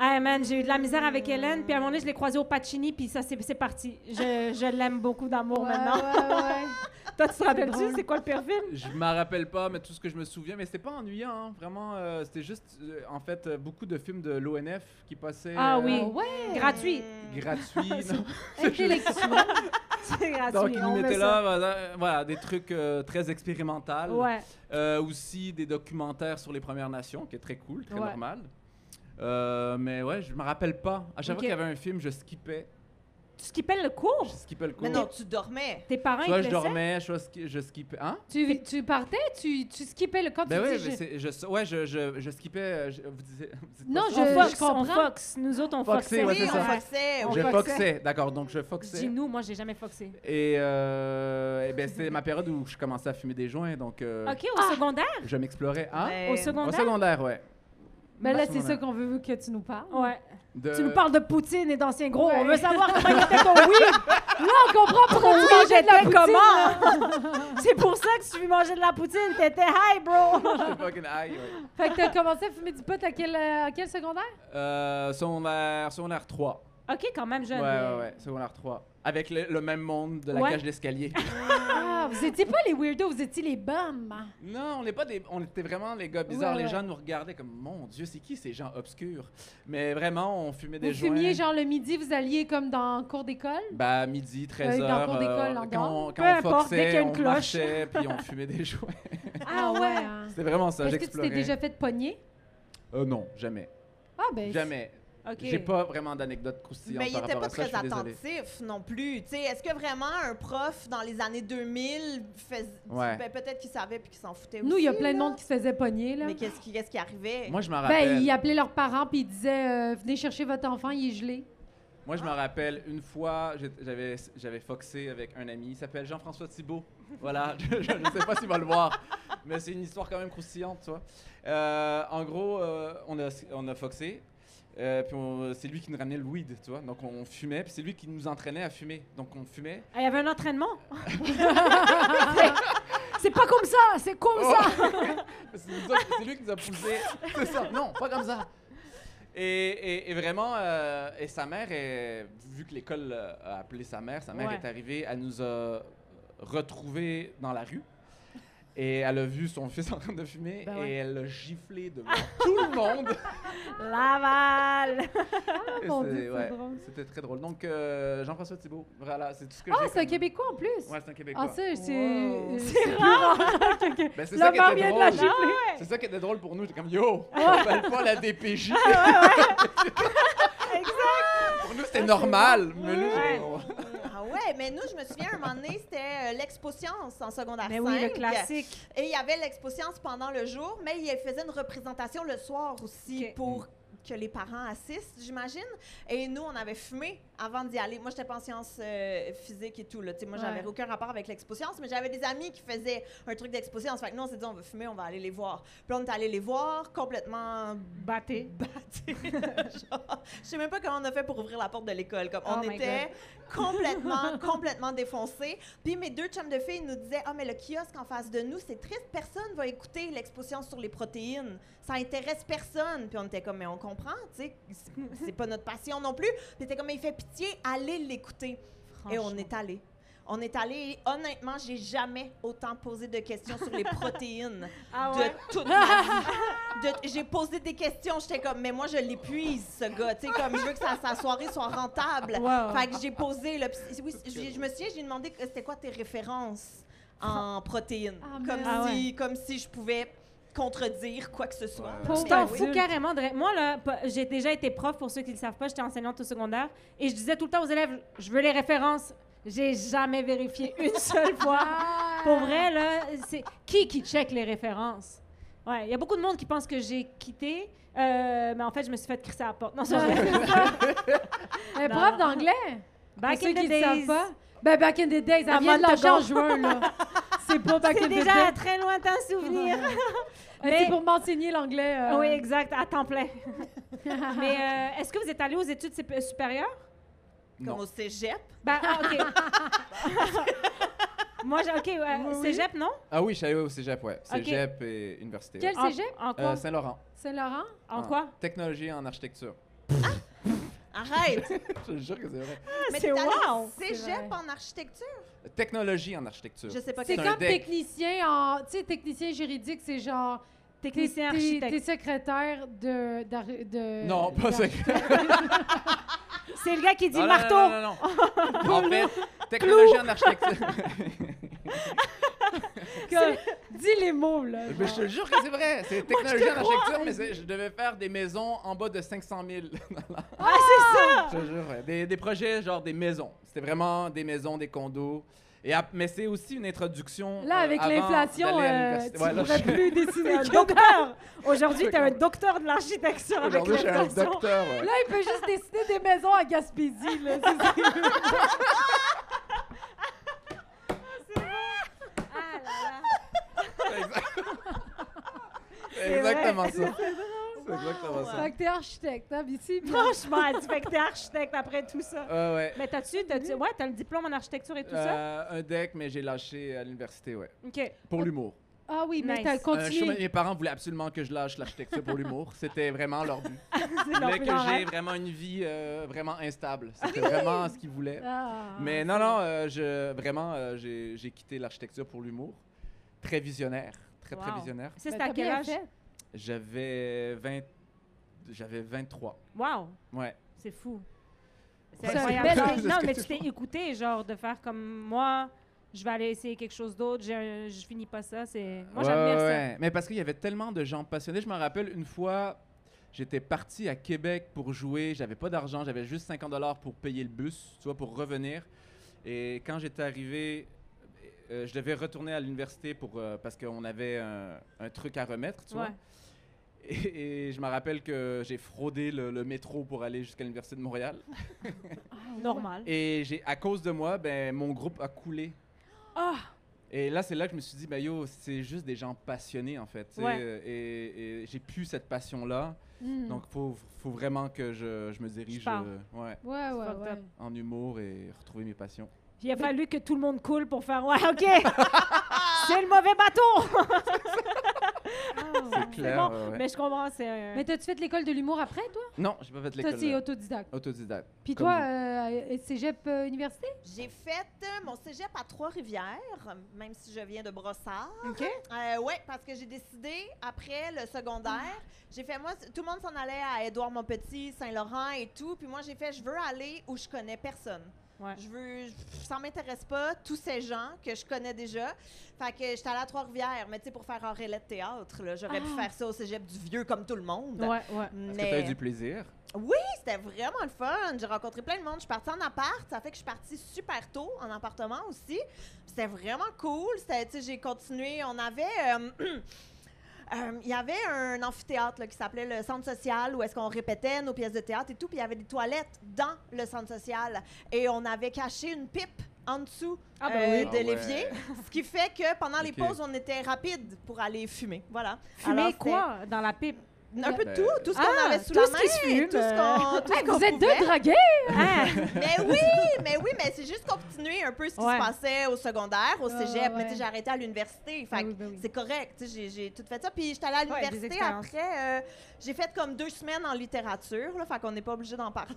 Hey man, j'ai eu de la misère avec Hélène, puis à un moment donné, je l'ai croisée au Pacini, puis ça, c'est c'est parti. Je, je l'aime beaucoup d'amour Ouais, maintenant. ouais, ouais. Toi, tu te rappelles-tu, drôle. c'est quoi le pire film? Je m'en rappelle pas, mais tout ce que je me souviens, mais c'était pas ennuyant, hein. vraiment. euh, c'était juste, euh, en fait, euh, beaucoup de films de l'ONF qui passaient. Ah euh, oui. Ah ouais, Hmm. Gratuit. Gratuits. non. intellectuel. C'est Donc, gratuit. ils on nous met mettaient ça. là, voilà, voilà, des trucs euh, très expérimentaux. Ouais. Euh, aussi des documentaires sur les Premières Nations, qui est très cool, très Ouais. normal. Euh, mais ouais, je me rappelle pas. À chaque Ok. fois Oh. qu'il y avait un film, je skippais. Tu skippais le Je cours? skippais le cours. Mais non, tu dormais. Tes parents, ils Soit te je laissaient? dormais, soit ski- je skippais. Hein? tu, tu partais, tu, tu skippais le. Quand Ah, Ben tu ouais, dis mais je- c'est- je, ouais, je, je, je skippais. euh, je- vous disiez- vous dites pas Non, ça? On Je- fox, je comprends. on fox. Nous autres, on Foxé, foxait. ouais, oui, c'est on ça. foxait. On oui. Je foxait. foxais, d'accord, donc je Je foxais. dis nous, moi, j'ai jamais foxé. Et, euh, eh ben, c'est ma période où je commençais à fumer des joints, donc euh, OK, au Ah. secondaire? je m'explorais. Hein? Ben, Euh, Au Au secondaire? secondaire, ouais. Ben là, Au c'est ça secondaire. qu'on veut que tu nous parles. Ouais. De- Tu nous parles de Poutine et d'anciens gros. Ouais. On veut savoir comment il était ton weed. Là, on comprend pourquoi tu Oui, mangeais de la j'étais poutine. comment? C'est pour ça que tu manger de la poutine. T'étais high, bro. J'étais fucking high, ouais. Fait que t'as commencé à fumer du pot à quel, euh, à quel secondaire? Euh, secondaire, secondaire 3. OK, quand même, jeune. Ouais, ouais, ouais, secondaire 3. Avec le, le même monde de la Ouais. cage d'escalier. Ah, vous étiez pas les weirdos, vous étiez les bums. hein. non, on n'est pas des, on était vraiment les gars bizarres. Ouais, les ouais. gens nous regardaient comme mon Dieu, c'est qui ces gens obscurs Mais vraiment, on fumait des Vous joints. fumiez genre le midi, vous alliez comme dans cours d'école. Bah midi, 13h. dans le cours d'école, en quand dehors. on, quand Peu on importe, dès foxait, qu'il y a une on cloche. marchait, puis on fumait des joints. Ah ouais. hein. C'est vraiment ça, Est-ce que tu j'explorais. t'es déjà fait pogner? Euh, non, jamais. Ah, ben. Jamais. OK. J'ai pas vraiment d'anecdote croustillante Mais il par était rapport pas à ça, je très suis désolé. attentif non plus. Tu sais, est-ce que vraiment un prof dans les années 2000 faisait. Ouais. Ben, peut-être qu'il savait puis qu'il s'en foutait Nous, il aussi, y a plein de là. monde qui se faisait pogner, là. Mais qu'est-ce qui, qu'est-ce qui arrivait? Moi, je m'en rappelle. Ben, ils appelaient leurs parents puis ils disaient euh, Venez chercher votre enfant, il est gelé. Moi, je me rappelle une fois, j'ai- j'avais, j'avais foxé avec un ami. Il s'appelle Jean-François Thibault. Voilà, je, je- je sais pas s'il va le voir, mais c'est une histoire quand même croustillante, tu vois. Euh, en gros, euh, on, a, on a foxé. euh, puis on- c'est lui qui nous ramenait le weed, tu vois. Donc on fumait, puis c'est lui qui nous entraînait à fumer. Donc on fumait. Ah, Il y avait un entraînement. C'est- c'est pas comme ça, c'est Oh, comme ça. C'est nous autres- c'est lui qui nous a poussé. C'est ça. Non, pas comme ça. Et, et- et vraiment, euh, et sa mère, est- vu que l'école euh, a appelé sa mère, sa mère Ouais. est arrivée, elle nous a euh, retrouvés dans la rue. Et elle a vu son fils en train de fumer Ben et ouais. elle l'a giflé devant tout le monde. Laval. Et Oh mon c'est- Dieu, c'est ouais, drôle. C'était très drôle. Donc, euh, Jean-François Thibault, voilà, c'est tout ce que Ah, j'ai. c'est un comme- Québécois en plus. Ouais, c'est un Québécois. ah, ça, c'est. Wow. euh, C'est Ben, c'est ça La qui mère était vient de drôle. la gifler. Ah, C'est ça qui était drôle pour nous. J'étais comme, yo, on appelle pas la DPJ. Ah, Pour nous, c'était normal. Mais nous, Ouais. on- Ah ouais, mais nous, je me souviens, un moment donné, c'était euh, l'Expo Science en Ah, secondaire Mais Ben oui, le 5. classique. Et il y avait l'Expo Science pendant le jour, mais il faisait une représentation le soir aussi Ok. pour que les parents assistent, j'imagine. Et nous, on avait fumé avant d'y aller. Moi, j'étais pas en sciences euh, physiques et tout. Là. Tu sais, Moi, j'avais Ouais. aucun rapport avec l'Expo Science, mais j'avais des amis qui faisaient un truc d'Expo Science. Fait que nous, on s'est dit, on va fumer, on va aller les voir. Puis on est allé les voir, complètement Batté. battu. Genre, je sais même pas comment on a fait pour ouvrir la porte de l'école. Comme on Oh my était complètement, complètement défoncés. Puis mes deux chums de filles nous disaient Ah, mais le kiosque en face de nous, c'est triste, personne va écouter l'exposition sur les protéines. Ça intéresse personne. Puis on était comme Mais on comprend, tu sais, c'est- c'est pas notre passion non plus. Puis c'était comme Mais il fait pitié, allez l'écouter. Et on est allé. On est allé et honnêtement, j'ai jamais autant posé de questions sur les protéines Ah de toute ma vie. De- J'ai posé des questions, j'étais comme, mais moi je l'épuise ce gars, tu sais, comme je veux que sa, sa soirée soit rentable. Wow. Fait que j'ai posé, là, pis c'est- oui, j'ai- je me souviens, j'ai demandé que c'était quoi tes références en protéines, Ah, comme, merde. si, Ah comme si je pouvais contredire quoi que ce soit. Ouais. Tu Puis Pauvre ben t'en oui. fous carrément. de- Moi, là, pa- j'ai déjà été prof, pour ceux qui ne le savent pas, j'étais enseignante au secondaire. Et je disais tout le temps aux élèves, je veux les références. J'ai jamais vérifié une seule fois. Ah! Pour vrai, là, c'est qui qui check les références? Ouais, il y a beaucoup de monde qui pense que j'ai quitté, euh, mais en fait, je me suis fait crisser à la porte. Non, c'est vrai. Un Non. prof d'anglais. Back Pour ceux in the qui le savent days. pas. Ben, back in the days. Elle À vient de lâcher en Montego. juin, là. C'est pas back in C'est the déjà un days. très lointain souvenir. Euh, Mais- C'est pour m'enseigner l'anglais. euh. Oui, exact, à temps plein. Mais euh, est-ce que vous êtes allé aux études sup- supérieures? Comme Non. au cégep. Ben, ah, OK. Moi, j'ai- OK, ouais, Oui, oui. cégep, non? Ah oui, je suis allé au cégep, ouais. Ok. Cégep et université. Quel ouais. En- cégep? En Euh, quoi? Saint-Laurent. Saint-Laurent? en Ah. quoi? Technologie en architecture. Arrête! je te jure que c'est vrai. mais c'est t'es allé au wow! C'est vrai. Cégep en architecture? Technologie en architecture. Je sais pas C'est qu'est-ce un comme deck. technicien en. Tu sais, technicien juridique, c'est genre. Technicien t'es- t'es- T'es architecte. secrétaire de. d'ar- de Non, pas ça. d'ar- C'est le gars qui dit Non, non, marteau. Ah Non, non, non, non. en fait, technologie en architecture. que- Dis les mots, là. Mais je genre. te jure que c'est vrai. C'est technologie en architecture, mais c'est- je devais faire des maisons en bas de 500 000. Ah, c'est ça! Je te jure, ouais. des, des projets genre des maisons. C'était vraiment des maisons, des condos. Et ap- mais c'est aussi une introduction. Là, euh, avec avant l'inflation, d'aller à euh, l'université. tu Ouais, là, pourrais je- plus dessiner. un docteur. Aujourd'hui, t'es un docteur de l'architecture avec Aujourd'hui, je suis un l'inflation. docteur. ouais. Là, il peut juste dessiner des maisons à Gaspésie, là. C'est ça. Ah là là. C'est exactement ça. C'est exactement ça. Fait que t'es architecte, hein, ici. puis- Franchement, elle dit fait que t'es architecte après tout ça. Ouais, ouais. Mais t'as-tu, t'as-tu- ouais, t'as le diplôme en architecture et tout ça? Euh, un deck, mais j'ai lâché à l'université, ouais. OK. Pour l'humour. Ah oui, mais Nice. t'as Euh, je- continué. mes parents voulaient absolument que je lâche l'architecture pour l'humour. C'était vraiment leur but. C'est Ils leur voulaient plus que grand j'ai rêve. vraiment une vie euh, vraiment instable. C'était vraiment ce qu'ils voulaient. Ah. Mais non, non, euh, je, vraiment, euh, j'ai j'ai quitté l'architecture pour l'humour. Très visionnaire. Très, très Wow. visionnaire. Ça, c'est Ben, à t'as quel bien âge? fait. J'avais 20... J'avais 23. Wow, Ouais. c'est fou. C'est C'est un incroyable. bel Non, âge. Non, C'est mais ce tu que t'es tu écouté, genre, de faire comme moi. je vais aller essayer quelque chose d'autre, j'ai un- je finis pas ça. C'est... Moi, Ouais, j'admire ouais. Mais parce qu'il y avait tellement de gens passionnés. Je me rappelle une fois, j'étais parti à Québec pour jouer. J'avais pas d'argent, j'avais juste 50 dollars pour payer le bus, tu vois, pour revenir. Et quand j'étais arrivé, euh, je devais retourner à l'université pour euh, parce qu'on avait un, un truc à remettre, tu ça. Ouais. vois. Et, et je me rappelle que j'ai fraudé le, le métro pour aller jusqu'à l'université de Montréal. Ah, Normal. Et j'ai, à cause de moi, ben mon groupe a coulé. Ah! Et là, c'est là que je me suis dit, ben yo, c'est juste des gens passionnés en fait. tu sais, Ouais. euh, Et, et j'ai plus cette passion-là. Hmm. Donc, faut, faut vraiment que je, je me dirige pars. euh, ouais, ouais, ouais, fucked ouais. up. en humour et retrouver mes passions. Puis il a fallu que tout le monde coule pour faire Ouais, OK! c'est le mauvais bateau! Ah, ouais. C'est Claire, bon, euh, ouais, ouais. mais je comprends, c'est un. Mais t'as-tu fait l'école de l'humour après, toi? Non, j'ai pas fait Toi, l'école c'est euh, autodidacte. autodidacte. Puis comme toi, vous. euh, euh, cégep euh, université? J'ai fait euh, mon cégep à Trois-Rivières, même si je viens de Brossard. OK. Euh, ouais, parce que j'ai décidé, après le Ah. secondaire, j'ai fait, moi, c- tout le monde s'en allait à Édouard-Montpetit, Saint-Laurent et tout. Puis moi, j'ai fait, je veux aller où je connais personne. Ouais. Je veux, je- ça m'intéresse pas, tous ces gens que je connais déjà. Fait que j'étais allée à Trois-Rivières, mais tu sais, pour faire un relais de théâtre, là, j'aurais pu Ah. faire ça au cégep du vieux comme tout le monde. Ouais, ouais. Mais... Est-ce que t'as eu du plaisir? C'était vraiment le fun. J'ai rencontré plein de monde. Je suis partie en appart. Ça fait que je suis partie super tôt en appartement aussi. C'était vraiment cool. C'était, tu sais, j'ai continué. On avait. euh, euh, Il y avait un amphithéâtre là, qui s'appelait le centre social où est-ce qu'on répétait nos pièces de théâtre et tout. Puis il y avait des toilettes dans le centre social. Et on avait caché une pipe en dessous Ah, ben euh, oui. de Ah ouais. l'évier. Ce qui fait que pendant les Ok. pauses, on était rapide pour aller fumer. Voilà. Fumer Alors, quoi dans la pipe? Un peu de Ben, tout. Tout ce qu'on Ah, avait sous tout la ce main. qui se fume, euh. Tout ce qu'on, tout Ah, ce Hey, vous qu'on êtes pouvait. deux dragués? Hein? Mais oui, mais oui, mais c'est juste continuer un peu ce qui Ouais. se passait au secondaire, au Ouais, cégep. ouais, Mais ouais. tu sais, j'ai arrêté à l'université. Fait Ah que oui, ben oui. c'est correct. tu sais, J'ai, j'ai tout fait ça. Puis j'étais allée à Ouais, des l'université expériences. après. euh, j'ai fait comme deux semaines en littérature. Là, fait qu'on n'est pas obligé d'en parler.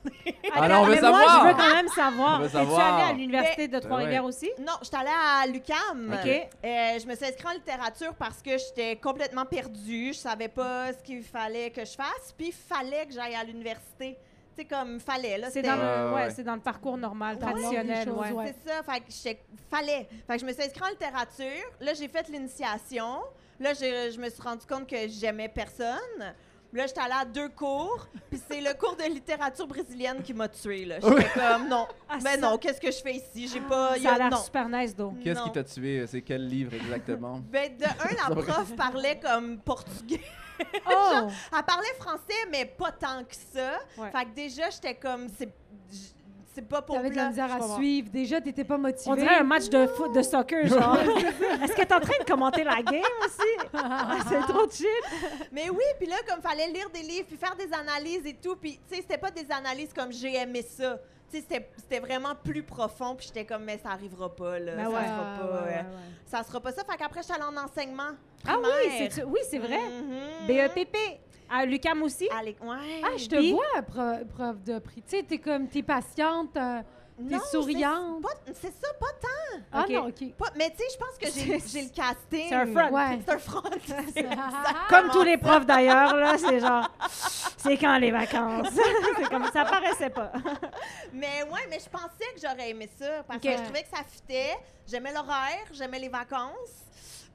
Ah non, on veut mais moi, savoir. je veux quand même savoir. On veut Es-tu savoir. Ben allée à l'université de Trois-Rivières aussi? non, j'étais allée à l'UCAM. OK. Euh, je me suis inscrite en littérature parce que j'étais complètement perdue. Je savais pas ce qu'il fallait que je fasse. Puis fallait que j'aille à l'université. Tu sais, comme fallait. Là, C'est c'était- dans, le, Ouais, ouais, ouais. c'est dans le parcours normal, Ouais, traditionnel. des choses, ouais. ouais. C'est ça, fait que j'étais- fallait. Fait que je me suis inscrite en littérature. Là, j'ai fait l'initiation. Là, j'ai- je me suis rendu compte que j'aimais personne. Là, j'étais allée à deux cours, puis c'est le cours de littérature brésilienne qui m'a tuée. là. J'étais comme, non, Ah, Ben mais ça- Ah, non, qu'est-ce que je fais ici? J'ai euh, pas... y Ça a- a l'air non. super nice, d'eau. Qu'est-ce Non. qui t'a tué? C'est quel livre exactement? Ben, de un, la prof parlait comme portugais. Oh! Elle parlait français, mais pas tant que ça. Ouais. Fait que déjà, j'étais comme, c'est j- c'est pas pour T'avais de la plat. misère je à comprends. suivre. Déjà, t'étais pas motivée. On dirait un match de foot, de soccer, genre. Est-ce que t'es en train de commenter la game aussi? Ah, c'est trop chill. Mais oui, puis là, comme fallait lire des livres, puis faire des analyses et tout, puis tu sais, c'était pas des analyses comme j'ai aimé ça. Tu sais, c'était- c'était vraiment plus profond, puis j'étais comme, mais ça arrivera pas, là. Ben ça, ouais. sera Ah, pas, ouais, euh, ouais, ouais. ça sera pas ça. Fait qu'après, j'étais allée en enseignement. Ah oui, primaire. c'est oui, c'est vrai. E Mhm. BEPP. À Lucam aussi? Allez, ouais. Ah, je te Puis- vois, pro- prof de prix. Tu sais, t'es comme, t'es patiente. euh, Non, c'est- souriante. pas- C'est ça, pas Ah Ok. non, OK. pas- Mais tu sais, je pense que j'ai j'ai le casting. C'est un front. Ouais. C'est un front. Comme tous les profs d'ailleurs, là, c'est genre, c'est quand les vacances? c'est comme, ça paraissait pas. Mais ouais, mais je pensais que j'aurais aimé ça parce Ok. que je trouvais que ça fitait. J'aimais l'horaire, j'aimais les vacances.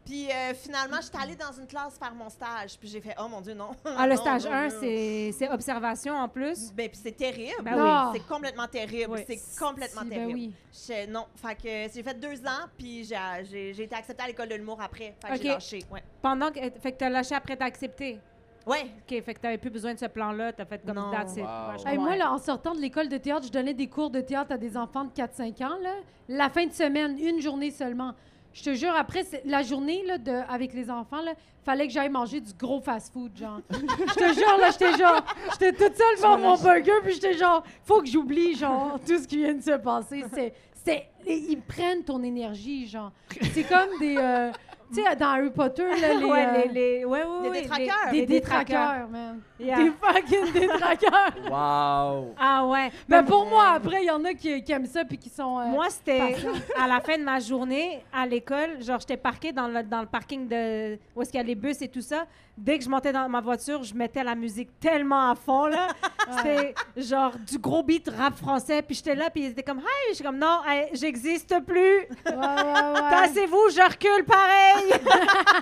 Puis euh, finalement, j'étais allée dans une classe faire mon stage. Puis j'ai fait, oh mon Dieu, non. Ah, le Non, stage non, 1, non. c'est c'est observation en plus. Ben, puis c'est terrible. Ben Non. oui. C'est complètement terrible. Oui. C'est complètement Si, ben terrible. oui. Je- non, fait que j'ai fait deux ans, puis j'ai, j'ai, j'ai été acceptée à l'école de l'humour après. Fait que j'ai Ok. lâché. Ouais. Pendant que, fait que t'as lâché après, t'as accepté. Ouais. OK, fait que t'avais plus besoin de ce plan-là, t'as fait comme Non. date. c'est- Wow. ouais, je Hey, comprends. moi, là, en sortant de l'école de théâtre, je donnais des cours de théâtre à des enfants de 4-5 ans. Là. La fin de semaine, une journée seulement. Je te jure, après c'est- la journée là, de, avec les enfants, là, fallait que j'aille manger du gros fast-food, genre. Je te jure, là, j'étais genre, j'étais toute seule devant mon burger, puis j'étais genre, faut que j'oublie, genre, tout ce qui vient de se passer. C'est, c'est, et ils prennent ton énergie, genre. C'est comme des, euh, Tu sais, dans Harry Potter, là, les, euh, ouais, les, les, ouais, ouais, Des ouais, détraqueurs. des les détraqueurs. détraqueurs, man. Yeah. Des fucking détraqueurs. Wow! Ah ouais. Mais Mais pour moi, après, il y en a qui, qui aiment ça puis qui sont. euh, Moi, c'était à la fin de ma journée à l'école. Genre, j'étais parquée dans le, dans le parking de où est-ce qu'il y a les bus et tout ça. Dès que je montais dans ma voiture, je mettais la musique tellement à fond, là. C'était genre du gros beat rap français. Puis j'étais là, puis ils étaient comme, hey, je suis comme, non, hey, j'existe plus. ouais, ouais, ouais. Ah, Tassez-vous, je recule pareil.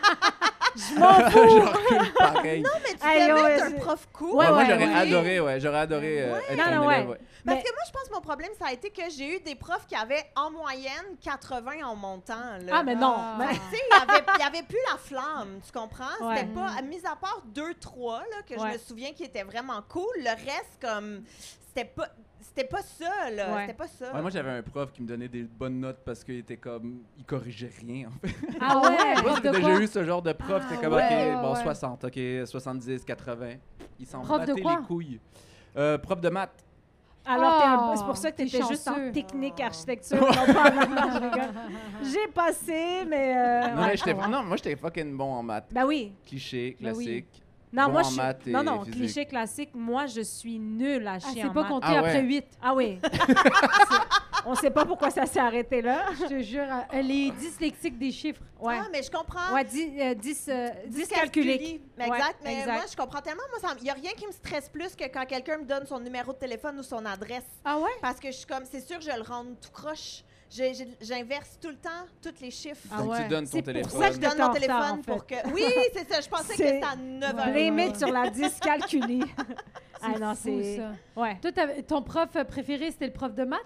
je m'en Je fous. recule pareil. Non, mais tu Aïe, devais ouais, être un c'est- prof cool. Ouais, Ouais, moi, ouais, j'aurais ouais. adoré, ouais, j'aurais adoré euh, être Non, ton non, élève, ouais. ouais. Parce Mais- que moi, je pense que mon problème, ça a été que j'ai eu des profs qui avaient en moyenne 80 en montant. Là. Ah, mais non. Ah. Mais- Fait que, Ben, tu sais, il y avait- il n'y avait plus la flamme, tu comprends? Ouais. C'était pas, mis à part deux, trois, là, que je Ouais. me souviens qui étaient vraiment cool, le reste, comme, c'était pas, c'était pas ça, là. Ouais. C'était pas ça. Ouais, moi, j'avais un prof qui me donnait des bonnes notes parce qu'il était comme. Il corrigeait rien, en fait. Ah ouais, Moi, de j'ai déjà quoi? eu ce genre de prof. Ah, C'était comme, ouais, OK, ouais, bon, ouais. 60, OK, 70, 80. Il s'en Prof de battait quoi? les couilles. Euh, prof de maths. Alors, t'es un- Oh, c'est pour ça que t'es t'étais juste en chanceux. Oh. technique architecture. non pas en maths. Non, je rigole. J'ai passé, mais. euh, Ah, Non, ouais. mais j'étais- non, moi, j'étais fucking bon en maths. Ben oui. Ah Cliché, Ben oui. classique. Non, Bon moi, en je suis... maths et Non, non, physique. cliché classique, moi, je suis nulle à Ah, chier c'est en pas maths. compté Ah ouais. après 8. Ah oui. C'est- On sait pas pourquoi ça s'est arrêté là. Je te jure, euh, elle est dyslexique des chiffres. Ouais. Ah, mais je comprends. Ouais, 10 euh, dix, euh, dix Dyscalculie. calculés. Mais Ouais, exact, mais exact. moi, je comprends tellement. Moi, il n'y a rien qui me stresse plus que quand quelqu'un me donne son numéro de téléphone ou son adresse. Ah ouais? Parce que je suis comme, c'est sûr, je le rends tout croche. Je- je- J'inverse tout le temps tous les chiffres. Ah Donc, ouais. tu donnes ton C'est pour téléphone. ça Je que donne T'es en mon retard, téléphone en fait. pour que. Oui, c'est ça. Je pensais que C'est- c'était à 9 h Ouais. Limite sur la dyscalculie. C'est ah non, fou, c'est... ça. Ouais. Toi, t'avais- ton prof préféré, c'était le prof de maths?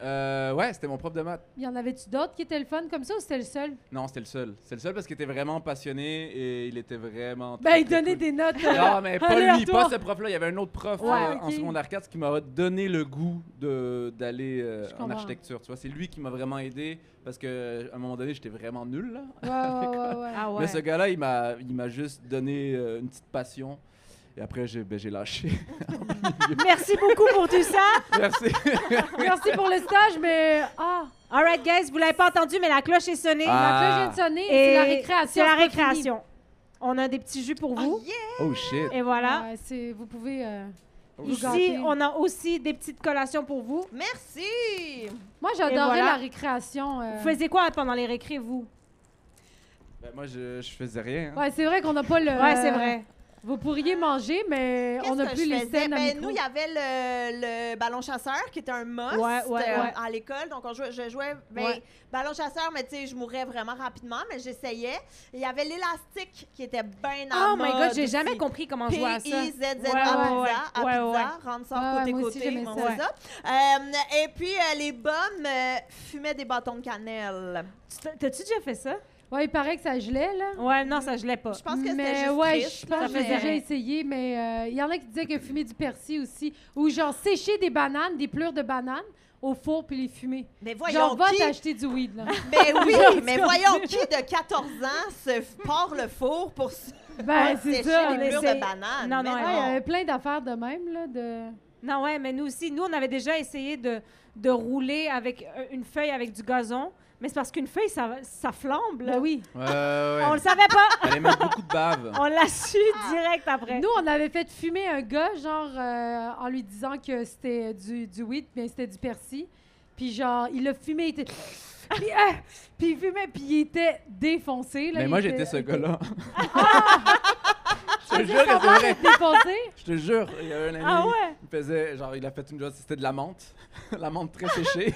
Euh, ouais, c'était mon prof de maths. Y en avait-tu d'autres qui étaient le fun comme ça ou c'était le seul? Non, c'était le seul. C'était le seul parce qu'il était vraiment passionné et il était vraiment. Ben, très, il très donnait cool. des notes. euh, Non, mais pas lui, Aléatoire. pas ce prof-là. Il y avait un autre prof Ouais, euh, en ok. secondaire 4 qui m'a donné le goût de- d'aller euh, Je en comprends. architecture. Tu vois, c'est lui qui m'a vraiment aidé parce que à un moment donné, j'étais vraiment nul. là. Ouais, ouais, ouais, ouais. Ah ouais. Mais ce gars-là, il m'a, il m'a juste donné euh, une petite passion. Et après, j'ai, ben, j'ai lâché. Merci beaucoup pour tout ça. Merci. Merci pour le stage, mais. Ah! All right, guys, vous l'avez pas entendu, mais la cloche est sonnée. Ah. La cloche vient de sonner, Et c'est la récréation. C'est la pas fini. Ah, récréation. On a des petits jus pour Ah, vous. Oh shit. Oh, Et voilà. Ouais, c'est- vous pouvez. euh, vous Ici, gâter. on a aussi des petites collations pour vous. Euh. Merci! Moi, Et j'adorais voilà. la récréation. euh. Vous faisiez quoi pendant les récré, vous? Ben, moi, je, je faisais rien. hein. Ouais, c'est vrai qu'on n'a pas le. Ouais, c'est vrai. Vous pourriez manger, mais Qu'est-ce on n'a que plus je les faisais? scènes à Ben, micro. nous, il y avait le, le ballon chasseur qui était un must Ouais, ouais, euh, ouais. à l'école. Donc, on jouait, je jouais ben, Ouais. ballon chasseur, mais tu sais, je mourais vraiment rapidement, mais j'essayais. Et Il y avait l'élastique qui était bien Oh en my mode god, j'ai jamais aussi. compris comment jouer à ça. P-I-Z-Z Ouais, à ouais, ouais. pizza, à Ouais, ouais. Ah, pizza, rentre sans Ouais, ouais, côté moi aussi, côté, j'aimais on ça. fait ça. Euh, et puis euh, les bombes euh, fumaient des bâtons de cannelle. Tu t'as- T'as-tu déjà fait ça? Ouais, il paraît que ça gelait, là. Ouais, non, ça, je l'ai pas. Je pense que c'était mais juste ouais, triste. je pense Ça que j'ai faisait déjà rien. essayé, mais euh, il y en a qui disaient que fumer du persil aussi, ou genre sécher des bananes, des pleurs de bananes au four puis les fumer. Mais voyons Genre, va qui, t'acheter du weed, là. mais oui, mais voyons qui de 14 ans se f- part le four pour s- ben, sécher c'est ça. les mais murs c'est- de bananes. Non, non, Mais Ouais, il y avait plein d'affaires de même, là, de... Non, ouais, mais nous aussi, nous, on avait déjà essayé de, de rouler avec euh, une feuille avec du gazon, mais c'est parce qu'une feuille, ça, ça flambe. là. Ben oui. Ouais, ouais, On ouais. le savait pas. Fallait mettre beaucoup de bave. On l'a su direct après. Nous, on avait fait fumer un gars, genre, euh, en lui disant que c'était du, du weed, mais c'était du persil. Puis genre, il a fumé, il était... Puis, ah! Puis il fumait, puis il était défoncé. Là, Mais il moi, était- j'étais ce gâteau-là. Je te Faisait jure que semblant c'est vrai. d'être défoncé. Je te jure, il y avait un ami. Ah ouais? Il faisait, genre, il a fait une chose, c'était de la menthe. la menthe très séchée.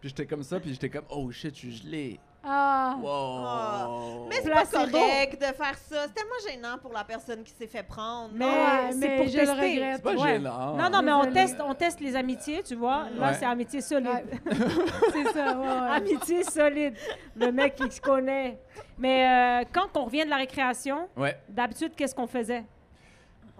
puis j'étais comme ça, puis j'étais comme, oh shit, je suis gelé. Ah. Wow. Ah. Mais c'est pas Placebo. correct de faire ça. C'est tellement gênant pour la personne qui s'est fait prendre. Mais Ouais, c'est mais pour je le tester. regrette. C'est pas Ouais. gênant. hein. Non, non, mais on Désolée. teste, on teste les amitiés, tu vois. Là, Oh. Ouais. c'est amitié solide. Ouais. c'est ça, ouais, ouais. Amitié solide. Le mec, il se connaît. Mais euh, quand on revient de la récréation, Ouais, d'habitude, qu'est-ce qu'on faisait?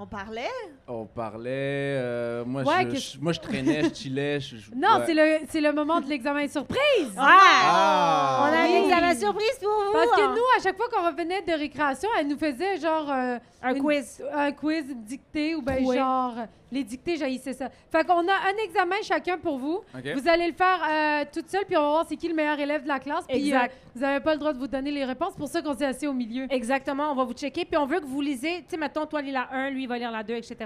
On parlait. on parlait. euh, moi, Ouais, je, qu'est-ce- je- moi, je traînais, je chillais. je- je- Non, ouais. c'est le, c'est le moment de l'examen surprise. Ah! Ah! On a un Oui. examen surprise pour vous. Parce hein. que nous, à chaque fois qu'on revenait de récréation, elle nous faisait genre euh, un une- quiz. un quiz dicté ou ben Ouais. genre euh, les dictées jaillissaient ça. Fait qu'on a un examen chacun pour vous. OK. Vous allez le faire euh, toute seule puis on va voir c'est qui le meilleur élève de la classe puis Exact. euh, vous n'avez pas le droit de vous donner les réponses pour ça qu'on s'est assis au milieu. Exactement, on va vous checker. Puis on veut que vous lisez, tu sais, mettons, toi, lis la 1, lui, il va lire la 2, etc.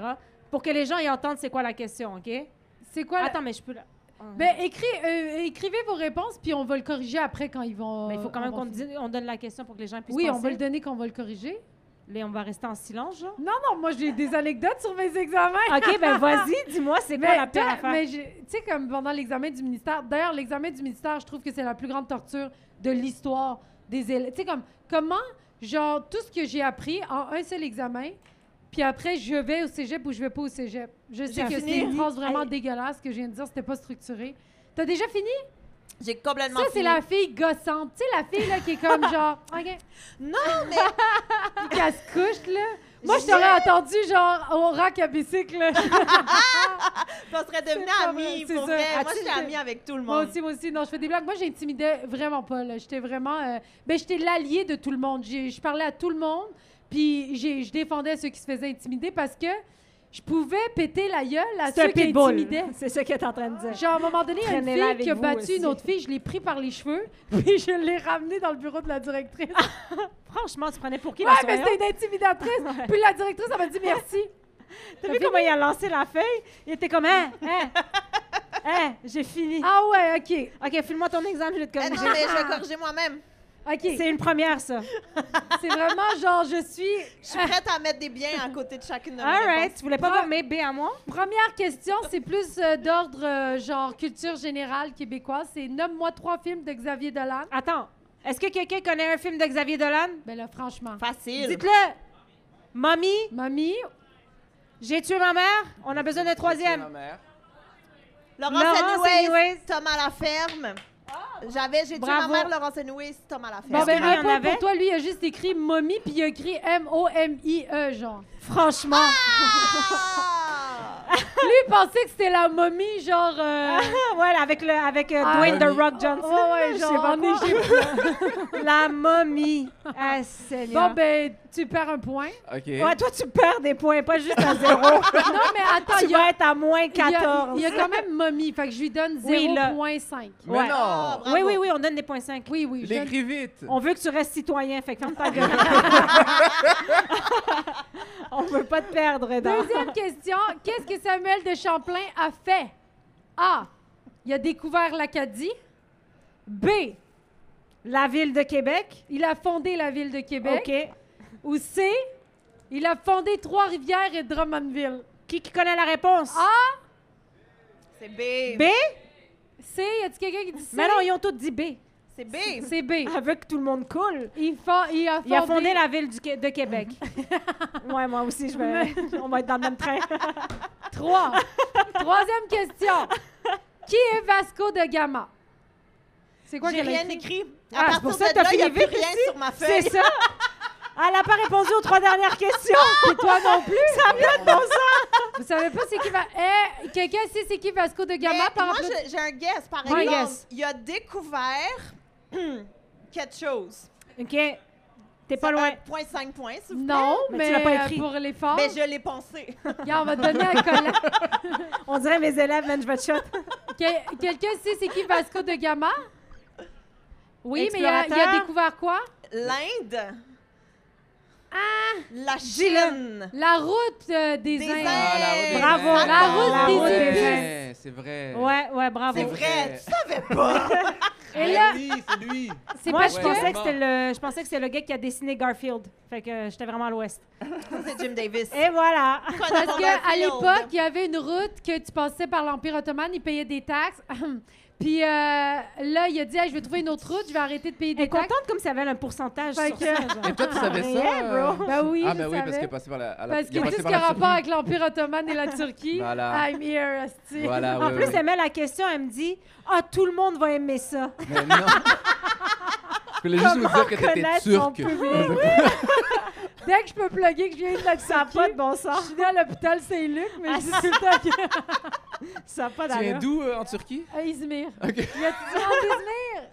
Pour que les gens y entendent c'est quoi la question, OK? C'est quoi la- Attends, mais je peux la... Ben écris- euh, écrivez vos réponses puis on va le corriger après quand ils vont mais il faut quand euh, même on va qu'on finir. dise- on donne la question pour que les gens puissent Oui, on penser. va le donner qu'on va le corriger. Là, on va rester en silence, genre. Non non, moi j'ai des anecdotes sur mes examens. OK, ben vas-y, dis-moi, c'est quoi Mais la pire toi, affaire? mais j'ai- tu sais, comme pendant l'examen du ministère, d'ailleurs, l'examen du ministère, je trouve que c'est la plus grande torture de l'histoire des élèves. Tu sais, comme, comment, genre, tout ce que j'ai appris en un seul examen, puis après, je vais au cégep ou je vais pas au cégep. Je sais J'ai que fini. c'est une phrase vraiment Allez. dégueulasse que je viens de dire, c'était pas structuré. T'as déjà fini? J'ai complètement Ça, c'est fini. la fille gossante. Tu sais, la fille, là, qui est comme genre, OK. Non, mais- Puis qu'elle se couche, là. Moi, je J'ai- t'aurais attendu, genre, au rack à bicycle, là. On serait devenus pas amis, vrai, c'est pour ça. vrai. Moi, As-tu je suis été- amie avec tout le Moi monde. aussi, moi aussi. Non, je fais des blagues. Moi, j'intimidais vraiment pas. là. J'étais vraiment. euh, Ben, j'étais l'allié de tout le monde. J'ai- Je parlais à tout le monde. Puis, j'ai- je défendais ceux qui se faisaient intimider parce que je pouvais péter la gueule à C'est un ceux qui pitbull. intimidaient. C'est ça qu'elle est en train de dire. Genre, à un moment donné, il y a une Prenez-la fille avec qui a vous battu aussi. une autre fille. Je l'ai pris par les cheveux. Puis, je l'ai ramenée dans le bureau de la directrice. Ah, Franchement, tu prenais pour qui ouais, la mais surveillante? c'était une intimidatrice. puis, la directrice, elle m'a dit merci. T'as vu comment il a lancé la feuille? Il était comme, hein, hein, hein, j'ai fini. Ah, ouais, OK. OK, file-moi ton exemple, je vais te Euh, Je corriger. vais, je vais corriger moi-même. OK. C'est une première, ça. C'est vraiment genre, je suis Je suis prête à mettre des biens à côté de chacune de mes All right, réponses. tu voulais pas Ouais. nommer B à moi? Première question, c'est plus euh, d'ordre euh, genre culture générale québécoise. C'est nomme-moi trois films de Xavier Dolan. Attends, est-ce que quelqu'un connaît un film de Xavier Dolan? Ben là, franchement. Facile. Dites-le! Mommy, Mamie, j'ai tué ma mère, on a besoin d'un Ma troisième. mère. Laurence Laurence Anyways, Anyways. Tom à la ferme. J'avais, j'ai tué ma Bravo. mère, Laurence Anyways, Tom à la ferme. bon, ben, que lui un en point avait? pour toi, lui, il a juste écrit momie, puis il a écrit M-O-M-I-E, E, genre. Franchement, Ah! Lui, il pensait que c'était la momie, genre. euh, ouais, avec, le, avec euh, Ah. Dwayne The Mommy. Rock Johnson. ouais, ouais, je sais genre pas en quoi. Égypte. La momie. Ah, Seigneur. Bon, ben, tu perds un point. OK. Ouais, toi, tu perds des points, pas juste à zéro. Non, mais attends, tu il y a. vas être à moins il y a- 14. Il y, a quand même momie, fait que je lui donne Oui, là. 0.5. Mais Ouais. Ah, non! bravo. Oui, oui, oui, on donne des points 5. Oui, oui. je donne- L'écris vite! On veut que tu restes citoyen, fait que ferme ta gueule. on veut pas te perdre, dans. Deuxième question. Qu'est-ce que Samuel de Champlain a fait? A. Il a découvert l'Acadie. B. La ville de Québec. Il a fondé la ville de Québec. OK. Ou C. Il a fondé Trois-Rivières et Drummondville. Qui, qui connaît la réponse? A. C'est B. B? C. Y a-t-il quelqu'un qui dit C? Mais non, ils ont tous dit B. C'est B. C'est B. Avec que tout le monde coule. Il, fo- il a fondé... Il a fondé la ville du Qué- de Québec. ouais, moi aussi, je vais. on va être dans le même train. Trois. Troisième question. Qui est Vasco de Gama? C'est quoi J'ai qu'elle a rien écrit? écrit. À Ah, c'est partir pour ça que de t'as là, il n'y a fini plus vite rien ici. sur ma C'est feuille. ça. Elle n'a pas répondu aux trois dernières questions. Puis toi non plus? Ça a pas de bon sens. Vous savez pas c'est qui va... Eh, quelqu'un sait c'est qui Vasco de Mais Gama par moi, rapport je- j'ai un guess. Par Ouais, exemple, guess. il a découvert quelque chose. OK. T'es pas Ça, loin. un Point 5 points, s'il vous plaît. Non, Mais mais, tu l'as pas euh, écrit. pour l'effort. Mais je l'ai pensé. Regarde, on va te donner un collant. On dirait mes élèves, man, je vais te shot. Que- Quelqu'un sait c'est qui Vasco de Gama? Oui, mais il a, il a Explorateur. découvert quoi? L'Inde. La Chine. La route euh, des, Des Indes. Ah, la route des Bravo. Indes. La route Ah, des ouais, épices. C'est vrai. Ouais, ouais, C'est bravo. vrai, tu savais pas. Et Et là, Oui, c'est lui. c'est Moi, parce ouais. je que... pensais que c'était le, je pensais que c'était le gars qui a dessiné Garfield. Fait que euh, j'étais vraiment à l'ouest. C'est Jim Davis. Et voilà. Parce qu'à l'époque, il y avait une route que tu passais par l'Empire ottoman, ils payaient des taxes. Puis euh, là, il a dit, Hey, je vais trouver une autre route, je vais arrêter de payer Elle est des taxes. contente comme si elle avait un pourcentage Fait sur que- ça. genre. Et toi, tu savais ça? Yeah, euh, Bah Ben oui, ah, je ben oui, savais. parce qu'il est passé par la. à la- Parce il est que tout passé ce par qui a la rapport Turquie. avec l'Empire ottoman et la Turquie, Voilà. I'm here, asti. Voilà, en Ah ouais, plus, ouais. elle met la question, elle me dit Ah, tout le monde va aimer ça. Mais non. Je voulais juste vous dire que t'étais Connaître son turc. public. Dès que je peux plugger que je viens de la Ça n'a Turquie, pas de bon je sens. suis née à l'hôpital Saint-Luc, mais Ah, je dis tout le temps que... Ça n'a pas Tu viens d'allure. d'où euh, en Turquie? À Ah, Izmir. Ok. Il y a tout le monde d'Izmir.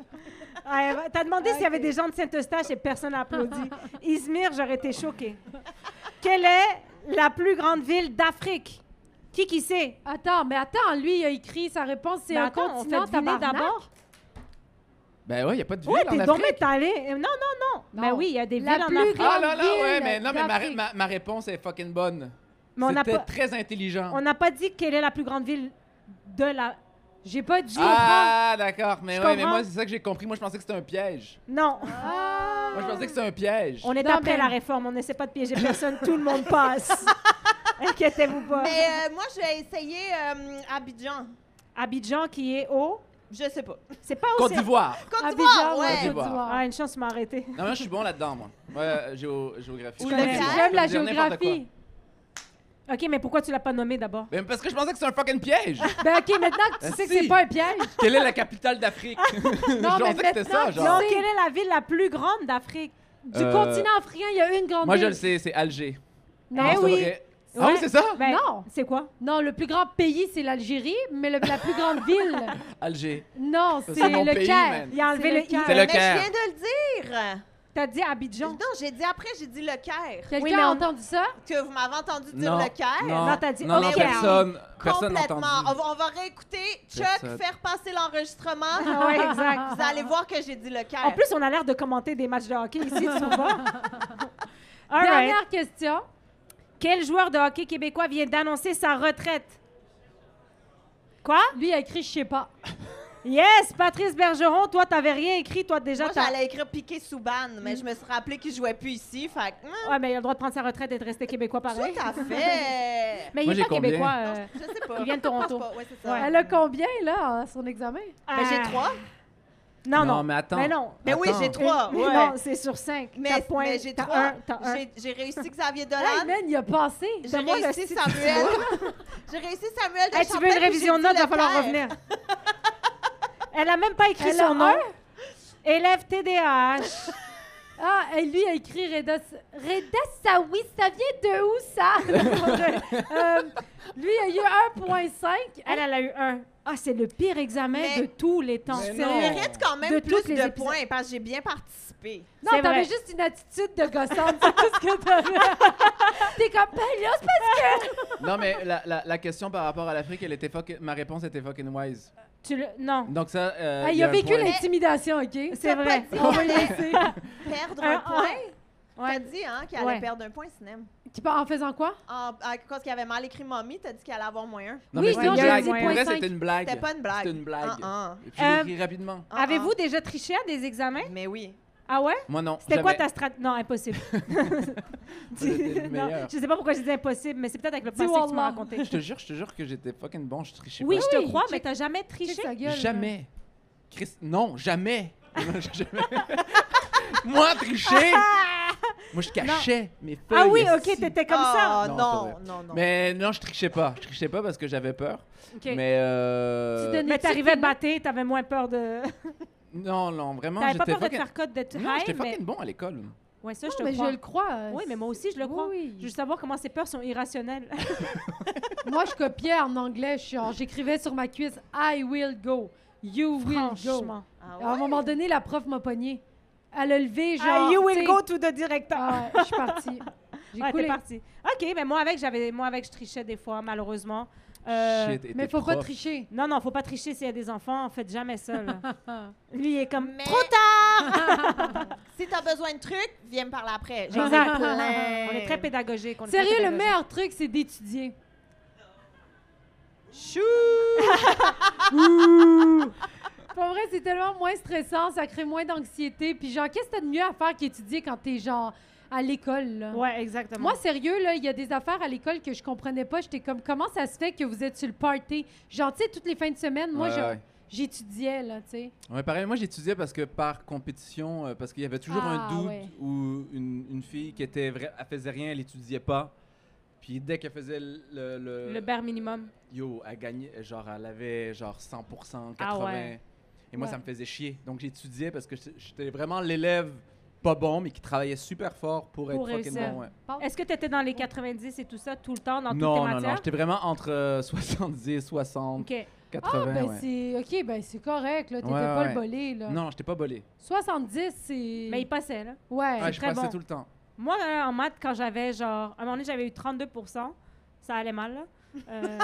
Ah, elle- T'as demandé s'il y avait Ok. des gens de Saint-Eustache et personne n'a applaudi. Izmir, j'aurais été choquée. Quelle est la plus grande ville d'Afrique? Qui qui sait? Attends, mais attends, lui, il a écrit sa réponse, c'est Ben un attends, on continent fait deviner tabarnak. d'abord. Ben ouais, il n'y a pas de ville Ouais, en t'es donc Afrique. allé. Euh, Non, non, non. Non. Ben oui, il y a des La villes plus en Afrique. Ah là là, grande ouais, ville mais non, mais ma, ré- d'Afrique. ma- ma réponse est fucking bonne. Mais on n'a C'était pas, très intelligent. on n'a pas dit quelle est la plus grande ville de la. J'ai pas dit. Ah, d'accord, mais Je ouais, mais comprends. moi, c'est ça que j'ai compris. Moi, je pensais que c'était un piège. Non. Moi, je pensais que c'était un piège. On est Non, après mais- la réforme. On n'essaie pas de piéger personne. Tout le monde passe. Inquiétez-vous pas. Mais euh, moi, je vais essayer euh, Abidjan. Abidjan qui est au. Je sais pas. C'est pas au. Côte d'Ivoire. Côte Abidjan, d'Ivoire, ouais, ouais. Côte Côte d'Ivoire. Ah, une chance, tu m'as arrêté. Non, moi, je suis bon là-dedans, moi. Moi, euh, géo- géographie. Ou Je le suis Côte bon. d'Ivoire. J'aime la Je peux dire n'importe géographie. OK, mais pourquoi tu l'as pas nommé d'abord? quoi. Ben, parce que je pensais que c'était un fucking piège. Ben OK, maintenant que tu Ben sais que si. c'est pas un piège, Quelle est la capitale d'Afrique? Ah. Non, je mais pensais que c'était ça, maintenant, genre. Donc, sais. quelle est la ville la plus grande d'Afrique? du Euh, continent africain, il y a une grande Moi, je ville. le sais, c'est Alger. Non, Non, Eh c'est oui. vrai. Ah oui, Ouais. c'est ça? Ben, Non. C'est quoi? Non, le plus grand pays, c'est l'Algérie, mais le- la plus grande ville, Alger. non, Ça, c'est c'est mon le pays, Caire. man. Il a enlevé C'est le le i. Caire. C'est le Mais je Caire. viens de le dire. T'as dit Abidjan. Non, j'ai dit après, j'ai dit le Caire. Quelqu'un Oui, mais a on- entendu ça? Que vous m'avez entendu dire le Caire. Non, t'as dit non, non, Alger. personne. Personne n'a Complètement. On entendu. va, on va réécouter Chuck Personne. faire passer l'enregistrement. Ah ouais, exact. Vous allez voir que j'ai dit le Caire. En plus, on a l'air de commenter des matchs de hockey ici, tu vois. All right. Dernière question. Quel joueur de hockey québécois vient d'annoncer sa retraite? Quoi? Lui, il a écrit « je sais pas Yes, Patrice Bergeron, toi, t'avais rien écrit, toi, déjà. Moi, t'as- j'allais écrire Piqué Souban, mais je me suis rappelé qu'il jouait plus ici. Fait que, hum, Ouais, mais il a le droit de prendre sa retraite et de rester québécois pareil. tout à fait. Moi, Mais il j'ai est pas combien? québécois. euh. Je sais pas. Il vient de Toronto. Je pense pas. Ouais, c'est ça. Ouais. Elle a combien, là, à son examen? Ben, j'ai Ah. trois. Non, non. Non, mais attends. Mais non. Mais oui, Attends. j'ai trois. Mais ouais. Non, c'est sur cinq. T'as mais, point- mais j'ai t'as trois. un, t'as un. J'ai- J'ai réussi Xavier Hey, Dolan. man, il a passé. J'ai donne-moi le réussi style, Samuel. J'ai réussi Samuel de Hey, tu veux une Champlain, révision de puis notes, j'ai il dit va falloir Leclerc. revenir. Elle a même pas écrit Elle a son nom. un. Élève TDAH. Ah, et lui a écrit Reda... Reda Saoui, ça vient de où, ça? Euh, lui, il a eu 1,5. Elle, elle a eu un. Ah, c'est le pire examen Mais- de tous les temps. Mais Je non. mérite quand même De plus toutes les de épisodes. points parce que j'ai bien participé. Non, C'est vrai. t'avais juste une attitude de gossante, c'est tout ce que t'avais. T'es comme, ben là, c'est pas- Non, mais la, la, la question par rapport à l'Afrique, elle était fuck- ma réponse était fucking wise. Tu le... Non. Donc ça, euh, Ah, il Il y a un vécu point. l'intimidation, OK? C'est vrai. Pas dit On va qu'il le allait laisser. perdre Un, un, un. point. T'as Ah, Ouais. dit hein, qu'il allait Ouais. perdre un point, Sinem. Qui part en faisant quoi? En, à cause qu'il avait mal écrit Mommy, t'as dit qu'il allait avoir moins un. Non, Oui, mais c'était non, une j'ai blague. dit Pour point vrai, cinq. c'était une blague. C'était pas une blague. C'était une blague. Ah, ah. Et puis je Euh, l'ai écrit rapidement. Ah, ah. Avez-vous déjà triché à des examens? Mais oui. Ah ouais? Moi non. C'était quoi j'avais- ta stratégie? Non, impossible. C'était le Non, meilleur. je sais pas pourquoi je disais impossible, mais c'est peut-être avec le Dis passé que tu m'as wallah. raconté. Je te jure, je te jure que j'étais fucking bon. Je trichais Oui, pas. je te Oui, crois, check- mais t'as jamais Check triché. sa gueule, là. Jamais. Chris, non, jamais. Non, jamais. Moi, tricher. Moi, je cachais mes feuilles. Ah oui, ok, ici. t'étais comme ça. Ah, Non, c'est Non, vrai. non, non. Mais non, je trichais pas. Je trichais pas parce que j'avais peur. Ok. Mais euh, Tu donnais- Mais t'arrivais batté, t'avais moins peur de. non, non, vraiment, T'avais j'étais pas peur de te fucking... faire code d'être Non, j'étais high, mais. fucking bon à l'école. Ouais, ça, je Non, mais te crois. je le crois. euh, Oui, mais moi aussi, je le Oui, crois. oui. Je veux savoir comment ces peurs sont irrationnelles. Moi, je copiais en anglais. je- genre, J'écrivais sur ma cuisse I will go. You will go. Franchement. Ah À un ouais? moment donné, la prof m'a pogné. Elle a levé, genre. Ah, you tu will sais- go to the director. Ah, ouais, je suis partie. J'ai Ouais, t'es coulé. parti. OK, mais moi avec, j'avais moi avec je trichais des fois malheureusement. Euh, Shit, et Mais t'es faut pas prof. tricher. Non non, faut pas tricher s'il y a des enfants, faites jamais ça là. Lui il est comme Mais- trop tard. Si t'as besoin de trucs, viens me parler après. J'en ai Exact. plein. On est très pédagogique, on est très Sérieux, le pédagogique. meilleur truc, c'est d'étudier. Chou! Pour vrai, c'est tellement moins stressant, ça crée moins d'anxiété. Puis genre, qu'est-ce que t'as de mieux à faire qu'étudier quand t'es genre à l'école, là? Ouais, exactement. Moi, sérieux, là, il y a des affaires à l'école que je comprenais pas. J'étais comme, comment ça se fait que vous êtes sur le party? Genre, tu sais, toutes les fins de semaine, moi, Ouais, je- ouais. j'étudiais, là, tu sais. Ouais, pareil, moi j'étudiais parce que par compétition, euh, parce qu'il y avait toujours un Ah, doute ouais. ou une, une fille qui était vraie, elle faisait rien, elle étudiait pas. Puis dès qu'elle faisait le, le- le bar minimum. yo, elle gagnait, genre elle avait genre 100%, 80. Ah ouais. Et moi Ouais. ça me faisait chier. Donc j'étudiais parce que j'étais- j'étais vraiment l'élève pas bon mais qui travaillait super fort pour, Pour être fucking réussir. bon. ouais. Est-ce que tu étais dans les 90 et tout ça tout le temps dans toutes Non, tes non, non, matières j'étais vraiment entre euh, 70 60. OK. Ah, 80, ben ouais. c'est... OK, ben c'est correct, là. T'étais Ouais, pas ouais. le bolé, euh. là. Non, j'étais pas bolé. 70, c'est... Mais il passait, là. Ouais. Ouais, Ah, je très passais bon. tout le temps. Moi, là, en maths, quand j'avais genre. À un moment donné, j'avais eu 32 Ça allait mal, là. Euh,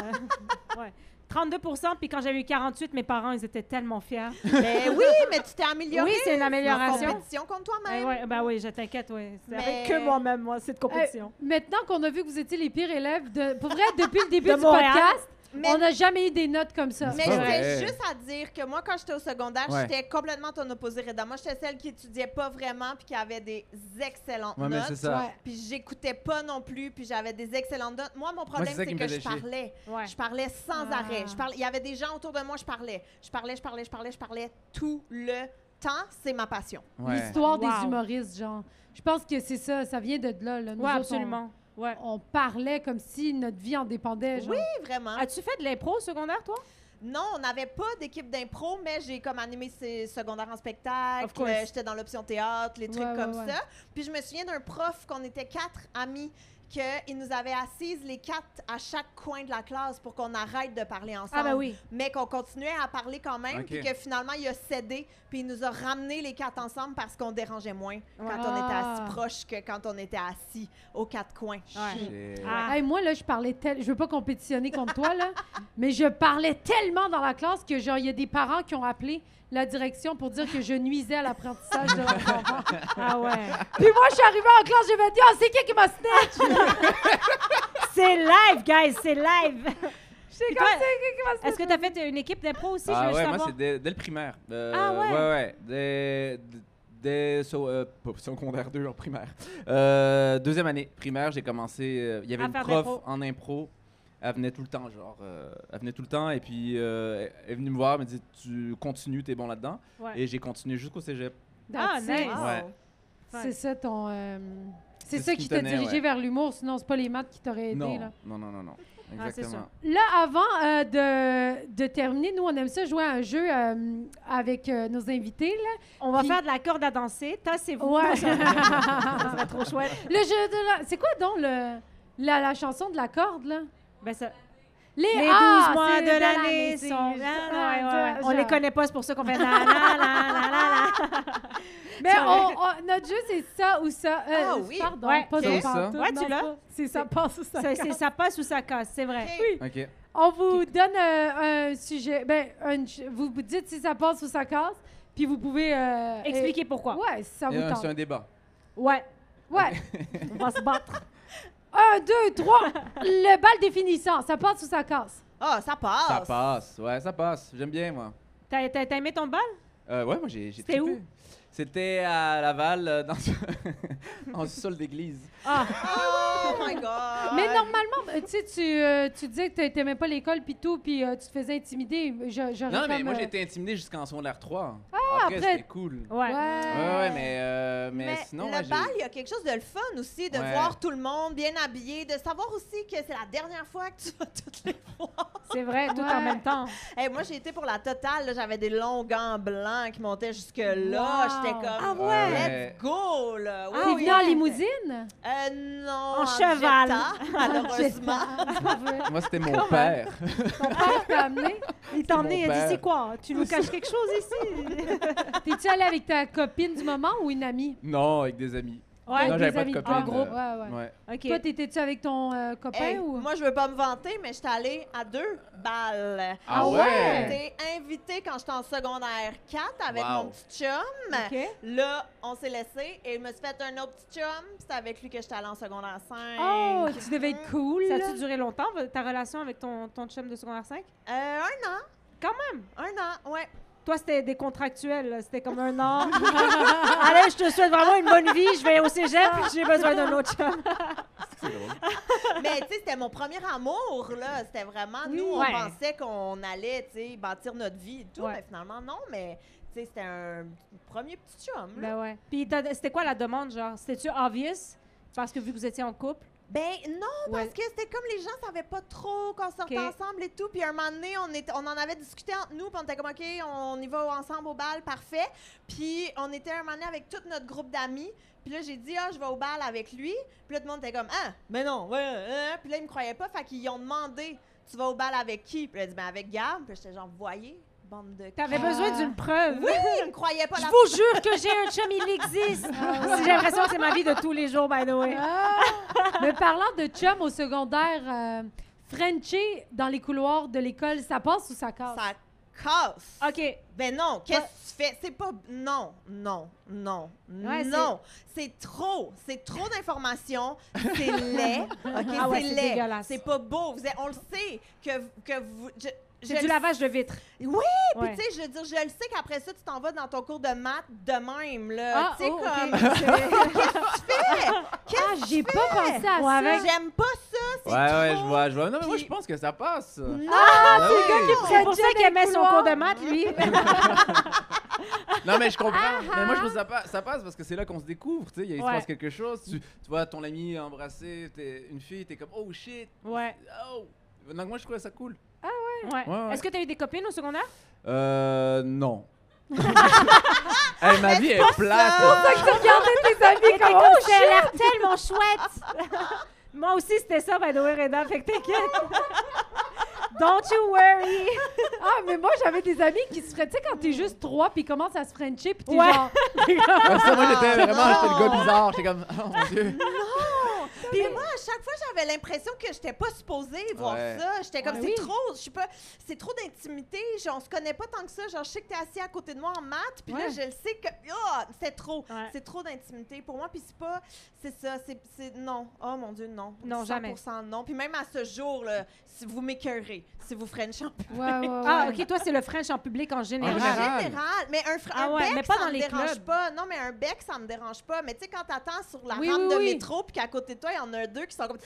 ouais. 32 puis quand j'avais eu 48, mes parents, ils étaient tellement fiers. Mais oui, mais tu t'es amélioré. oui, c'est une En amélioration. compétition Ben contre toi-même. ouais, ben oui, je t'inquiète, oui. C'est Mais- avec que moi-même, moi, cette compétition. Maintenant qu'on a vu que vous étiez les pires élèves, de... pour vrai, depuis le début De du Montréal. podcast, Mais on n'a jamais eu des notes comme ça. Mais pas je vrai. tiens juste à dire que moi, quand j'étais au secondaire, Ouais. j'étais complètement ton opposé. Reda. Moi, j'étais celle qui étudiait pas vraiment puis qui avait des excellentes Ouais, mais c'est notes. ça. Ouais. Puis j'écoutais pas non plus, puis j'avais des excellentes notes. Moi, mon problème, c'est ça c'est qui me que faisait je chier. parlais. Eh, Ouais. Je parlais sans Ah. arrêt. Je parlais, il y avait des gens autour de moi, je parlais. Je parlais, je parlais, je parlais, je parlais tout le temps. C'est ma passion. Ouais. L'histoire des Wow. humoristes, genre. Je pense que c'est ça, ça vient de là, là. Nous Ouais, autres, on- absolument. Ouais. On, parlait comme si notre vie en dépendait, genre. Oui, vraiment. As-tu fait de l'impro au secondaire, toi? Non, on n'avait pas d'équipe d'impro, mais j'ai comme animé ses secondaires en Of spectacle. course. euh, J'étais dans l'option théâtre, les trucs Ouais, ouais, comme ouais. ça. Puis je me souviens d'un prof qu'on était quatre amis, qu'il nous avait assises les quatre à chaque coin de la classe pour qu'on arrête de parler ensemble. Ah, ben oui. Mais qu'on continuait à parler quand même, Ok. puis que finalement, il a cédé, puis il nous a ramené les quatre ensemble parce qu'on dérangeait moins quand on était Ah. assis proche que quand on était assis aux quatre coins. Ouais. J'ai- Ah. Hey, moi, là, je parlais tel... Je veux pas compétitionner contre toi, là, mais je parlais tellement dans la classe que, genre, il y a des parents qui ont appelé la direction pour dire que je nuisais à l'apprentissage de leurs enfants. Ah ouais. Puis moi, je suis arrivée en classe, je me dis, oh, c'est qui qui m'a snatch? C'est live, guys, c'est live. C'est Puis comme toi, ça, qui m'a snatch? Est-ce que tu as fait une équipe d'impro aussi? Ah je veux ouais, moi savoir. c'est dès, dès le primaire. Euh, Ah ouais? Ouais, ouais. Dès, dès so- euh, pas- secondaire 2 en primaire. Euh, deuxième année primaire, j'ai commencé. euh, Il y avait À une faire de prof l'impro. en impro. Elle venait tout le temps, genre. euh, elle venait tout le temps et puis euh, elle- elle est venue me voir, elle me dit Tu continues, t'es bon là-dedans. Ouais. Et j'ai continué jusqu'au cégep. Ah, That's it. nice. Wow. Ouais. C'est ça ton... euh, C'est C'est ça ce qui qui me t'a tenait, dirigé ouais. vers l'humour, sinon c'est pas les maths qui t'auraient aidé, non, là. non, non, non, non. Ah, c'est Exactement. Là, avant euh, de, de terminer, nous, on aime ça jouer à un jeu euh, avec euh, nos invités, là. On va Puis- faire de la corde à danser. Tassez-vous. Ouais. Ça serait trop chouette. Le jeu de la... C'est quoi donc le... la, la chanson de la corde, là? Ben, ça- Les, Les 12 ah, mois c'est de l'année c'est- sont. Ah, Ah, ouais, ouais, ouais. ça, On genre. les connaît pas, c'est pour ça qu'on fait. la, la, la, la, la, Mais on- on- notre jeu, c'est ça ou ça. Euh, Ah oui. Pardon, Ouais. pas Ça de ou ça. pantoute, Ouais, tu non, c'est l'as? pas- C'est ça, passe ou ça. la. Ça, c'est- ça passe ou ça casse, c'est vrai. Ok. Ok. On vous donne euh, un sujet. Ben, un ch- vous vous dites si ça passe ou ça casse, puis vous pouvez. euh, Expliquez pourquoi. euh, ouais, si ça Et, vous euh, tente. C'est un débat. Ouais. Ouais. On va se battre. un, deux, trois. Le bal définissant, ça passe ou ça casse? Ah, ça passe. Ça passe. Ouais, ça passe. J'aime bien, moi. T'as t'as- t'as aimé ton bal? Euh, ouais, moi j'ai j'ai C'était trippé. où? C'était à Laval, euh, dans en sol d'église. Ah, Oh my God. Mais normalement, euh, tu sais, tu, euh, tu disais que tu t'aimais pas l'école, puis tout, puis euh, tu te faisais intimider. Je- j'aurais Non, mais comme, moi euh, j'ai été intimidé jusqu'en secondaire 3. Ah, après, après- c'était cool. ouais. Ouais, ouais, mais, euh, mais, Mais sinon, le ouais, j'ai- bal, il y a quelque chose de le fun aussi, de Ouais. voir tout le monde bien habillé, de savoir aussi que c'est la dernière fois que tu vas toutes les voir. C'est vrai, tout Ouais. en même temps. Hey, moi, j'ai été pour la totale, là, j'avais des longs gants blancs qui montaient jusque-là. Wow. J'étais comme, Ah ouais? let's go, là. Oui, T'es Ah oui. venu en limousine? Euh, non, En cheval. Jetta, malheureusement. C'est pas vrai. Moi c'était mon père. Ton père t'a amené. Il t'a emmené, mon il a père. dit c'est quoi? Tu nous caches quelque chose ici? T'es-tu allé avec ta copine du moment ou une amie? Non, avec des amis. Ouais, Non, des j'avais pas de amis. copine, En gros, euh, ouais, ouais. Ouais. OK. Toi, t'étais-tu avec ton euh, copain Hey, ou? Moi, je veux pas me vanter, mais j'étais allée à deux balles. Ah Ah J'ai ouais? été invitée quand j'étais en secondaire 4 avec Wow. mon petit chum. OK. Là, on s'est laissé et je me suis fait un autre petit chum. puis C'est avec lui que j'étais allée en secondaire 5. Oh, tu devais être cool. Ça là. a-tu duré longtemps, vo- ta relation avec ton, ton chum de secondaire 5? Euh, un an, Quand même! un an, ouais. Toi, c'était des contractuels, là. c'était comme un an. Allez, je te souhaite vraiment une bonne vie, je vais au cégep, j'ai besoin d'un autre chum. C'est drôle. Mais tu sais, c'était mon premier amour, là. C'était vraiment, Oui. nous, on Ouais. pensait qu'on allait, tu sais, bâtir notre vie et tout. Ouais. Mais finalement, non, mais tu sais, c'était un premier petit chum, là. Ben ouais. Puis t'as- c'était quoi la demande, genre? C'était-tu obvious? Parce que vu que vous étiez en couple. Ben non, Ouais. parce que c'était comme les gens savaient pas trop qu'on sortait Ok. ensemble et tout. Puis un moment donné, on, était, on en avait discuté entre nous, puis on était comme, OK, on y va ensemble au bal, parfait. Puis on était un moment donné avec tout notre groupe d'amis. Puis là, j'ai dit, ah, je vais au hein, bal avec lui. Puis là, tout le monde était comme, ah, mais non, ouais, euh, euh. Puis là, ils me croyaient pas, fait qu'ils ont demandé tu vas au bal avec qui? Puis elle dit, ben avec Gab. Puis j'étais genre, voyez, bande de. T'avais cons. besoin d'une preuve. Oui, je ne croyais pas Je la vous jure que j'ai un chum, il existe. Si j'ai l'impression que c'est ma vie de tous les jours, by the way. Ah! Mais parlant de chum au secondaire, euh, Frenchie dans les couloirs de l'école, ça passe ou ça casse? Ça casse. OK. Ben non, qu'est-ce que tu fais? C'est pas. Non, non, non, Ouais, non. C'est trop. C'est trop d'informations. C'est laid. OK, Ah ouais, c'est c'est laid. dégueulasse. C'est pas beau. Vous êtes- on le sait que, vous- que vous. je- C'est je du le lavage de vitres. Oui, Ouais. Puis, tu sais, je veux dire, je le sais qu'après ça, tu t'en vas dans ton cours de maths de même, là. Ah, tu sais, oh, comme. ok. Fais! Ah, j'ai pas pensé à Ouais, ça. avec- J'aime pas ça, c'est Ouais, ouais, trop. je vois, je vois. Non, mais moi, Puis- je pense que ça passe. Ah, Bah oui. C'est pour ça qu'il aimait son couloirs. cours de maths, lui. Non, mais je comprends. mais moi, je pense que ça, pa- ça passe parce que c'est là qu'on se découvre. Tu sais, il y a- il Ouais. se passe quelque chose. Tu, tu vois ton ami embrasser t'es- une fille, t'es comme, oh shit, Ouais. oh. Donc, moi, je trouvais ça cool. ouais. ouais. Est-ce que t'as eu des copines au secondaire? Euh, non. hey, ma vie est plate. ça. Tu regardais tes amis comme oh, j'ai l'air tellement chouette! Moi aussi, c'était ça, by the way, Reda, fait que t'inquiète. Don't you worry! Ah, mais moi, j'avais des amis qui se feraient... Tu sais, quand t'es juste trois, puis ils commencent à se frencher, puis t'es Ouais. genre... Comme ça, moi, j'étais Ah, vraiment, j'étais le non. gars bizarre. J'étais comme, oh mon dieu. Puis moi, à chaque fois, j'avais l'impression que j'étais pas supposée voir Ouais. ça. J'étais comme, Ouais, c'est oui. trop, je suis pas, c'est trop d'intimité. genre, On se connaît pas tant que ça. Genre, je sais que t'es assis à côté de moi en maths, puis là, Ouais. je le sais que, ah, c'est trop, Ouais. c'est trop d'intimité pour moi. Puis c'est pas, c'est ça, c'est, c'est- non. Oh mon Dieu, non. Non, jamais. 100% non. Puis même à ce jour, là, si vous m'écœurez, si vous French en Ouais, ouais, ouais. Ah, OK, toi, c'est le French en public en général. En En général. général, mais un, fr- Ah un ouais, bec, mais pas ça dans me les dérange clubs. pas. Non, mais un bec, ça me dérange pas. Mais tu sais, quand t'attends sur la Oui, rampe oui, de oui. métro, puis qu'à côté de toi, il y en a deux qui sont comme...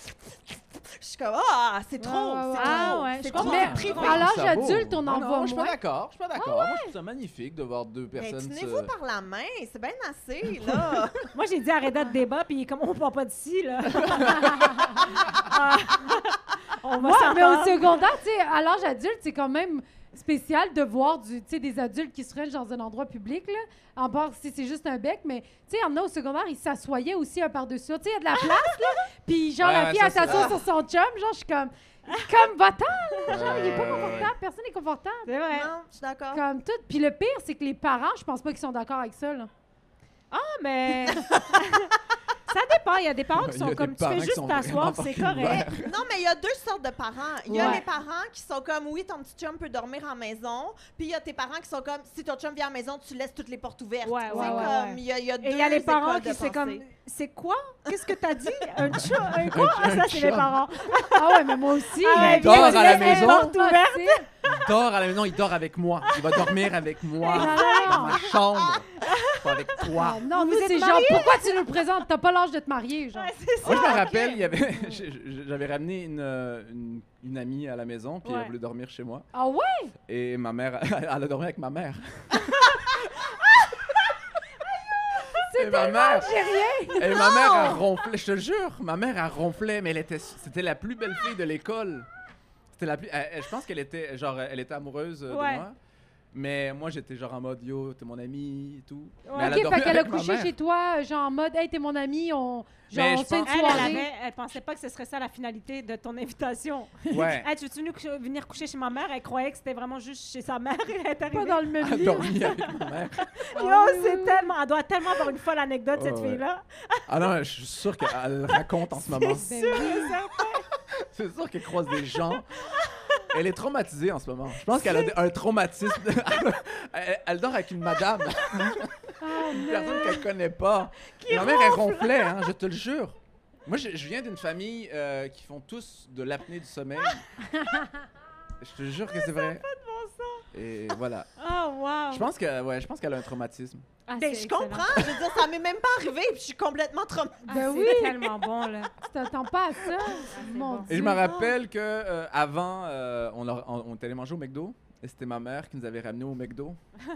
Je suis comme, ah, c'est trop, ouais, ouais. c'est Ah trop. ouais, c'est je trop. comprends. c'est Mais privé. à l'âge Ça vaut. adulte, on Ah en non, voit Je suis pas moins. d'accord. Je suis pas d'accord. Moi, je trouve ça magnifique de voir deux Mais personnes se... tenez-vous par la main, c'est bien assez, là. Moi, j'ai dit à Reda de débat, puis il est comme, on part pas d'ici, là. Ah. on va Ouais, mais au s'entendre. secondaire, tu sais, à l'âge adulte, c'est quand même spécial de voir du, tu sais, des adultes qui se frenchent dans un endroit public, là, en part si c'est juste un bec, mais tu sais, il y en a au secondaire, ils s'assoyaient aussi un par-dessus l'autre. Tu sais, il y a de la place, là, puis genre, Ouais, la ouais, fille, ça, elle c'est- s'assoit sur son chum, genre, je suis comme, comme, va-t'en, Genre, il est pas confortable, personne n'est confortable, C'est vrai. non, je suis Ah. d'accord. comme tout. Puis le pire, c'est que les parents, je pense pas qu'ils sont d'accord avec ça, là. mais. ça dépend. Il y a des parents qui Il y a sont des comme tu parents fais qui juste sont t'asseoir, vraiment c'est pas correct. Non, mais il y a deux sortes de parents. Il y a Ouais. les parents qui sont comme, oui, ton petit chum peut dormir en maison. Puis il y a tes parents qui sont comme, si ton chum vient à la maison, tu laisses toutes les portes ouvertes. Ouais, C'est ouais, ouais, comme, ouais. il y a, il y a deux Et il y a les parents écoles de qui c'est comme pensée. c'est quoi Qu'est-ce que t'as dit Un chat Un quoi Ah, Ça c'est les chat. parents. Ah ouais, mais moi aussi. Ah ouais, mais- Il dort à la mais- maison. porte Ah, ouverte. c'est- Il dort à la maison, il dort avec moi. Il va dormir avec moi non. dans ma chambre. Pas avec toi. Ah, non, Vous nous, êtes c'est genre, pourquoi tu nous le présentes? T'as pas l'âge de te marier, genre. Ouais, c'est ça. Moi, je me rappelle, il y avait, je- je- j'avais ramené une, euh, une, une amie à la maison, puis Ouais. elle voulait dormir chez moi. Ah ouais? Et ma mère, elle a dormi avec ma mère. Et ma mère, et ma mère a ronflé, je te jure, ma mère a ronflé, mais elle était, c'était la plus belle fille de l'école. C'était la plus, elle- elle- je pense qu'elle était, genre, elle était amoureuse euh, Ouais. de moi. Mais moi, j'étais genre en mode yo, t'es mon ami et tout. Mais Ouais. elle a ok, dormi fait qu'elle a avec ma couché mère. chez toi, euh, genre en mode, hey, t'es mon ami, on, genre, Mais on je se fait une Elle, elle, soirée. avait, elle pensait pas que ce serait ça la finalité de ton invitation. Ouais. Hey, tu veux-tu venu cou- venir coucher chez ma mère? Elle croyait que c'était vraiment juste chez sa mère. Elle est pas arrivée. dans le même Elle a lit. dormi avec ma mère. Yo, c'est tellement. Elle doit tellement avoir une folle anecdote, cette Oh, ouais. fille-là. Ah non, je suis sûr qu'elle le raconte en ce moment. Ben Sûr oui. et certain. C'est sûr qu'elle croise des gens. Elle est traumatisée en ce moment. Je pense qu'elle a des- un traumatisme. elle, elle dort avec une madame. oh, une personne qu'elle connaît pas. Ma mère, elle ronflait, hein, je te le jure. Moi, je, je viens d'une famille euh, qui font tous de l'apnée du sommeil. Je te jure que c'est vrai. Et voilà. Oh, wow. Je pense que ouais, je pense qu'elle a un traumatisme. Ah, Ben, c'est je excellent. comprends. Je veux dire, ça m'est même pas arrivé, puis je suis complètement Euh, traumatisée. Ah, Ben c'est oui. tellement bon, là. Ah, Tu t'attends pas à ça. Mon bon. Ah, Et je Dieu. me rappelle que euh, avant, euh, on, leur- on- on était allé manger au McDo et c'était ma mère qui nous avait ramenés au Mcdo. Elle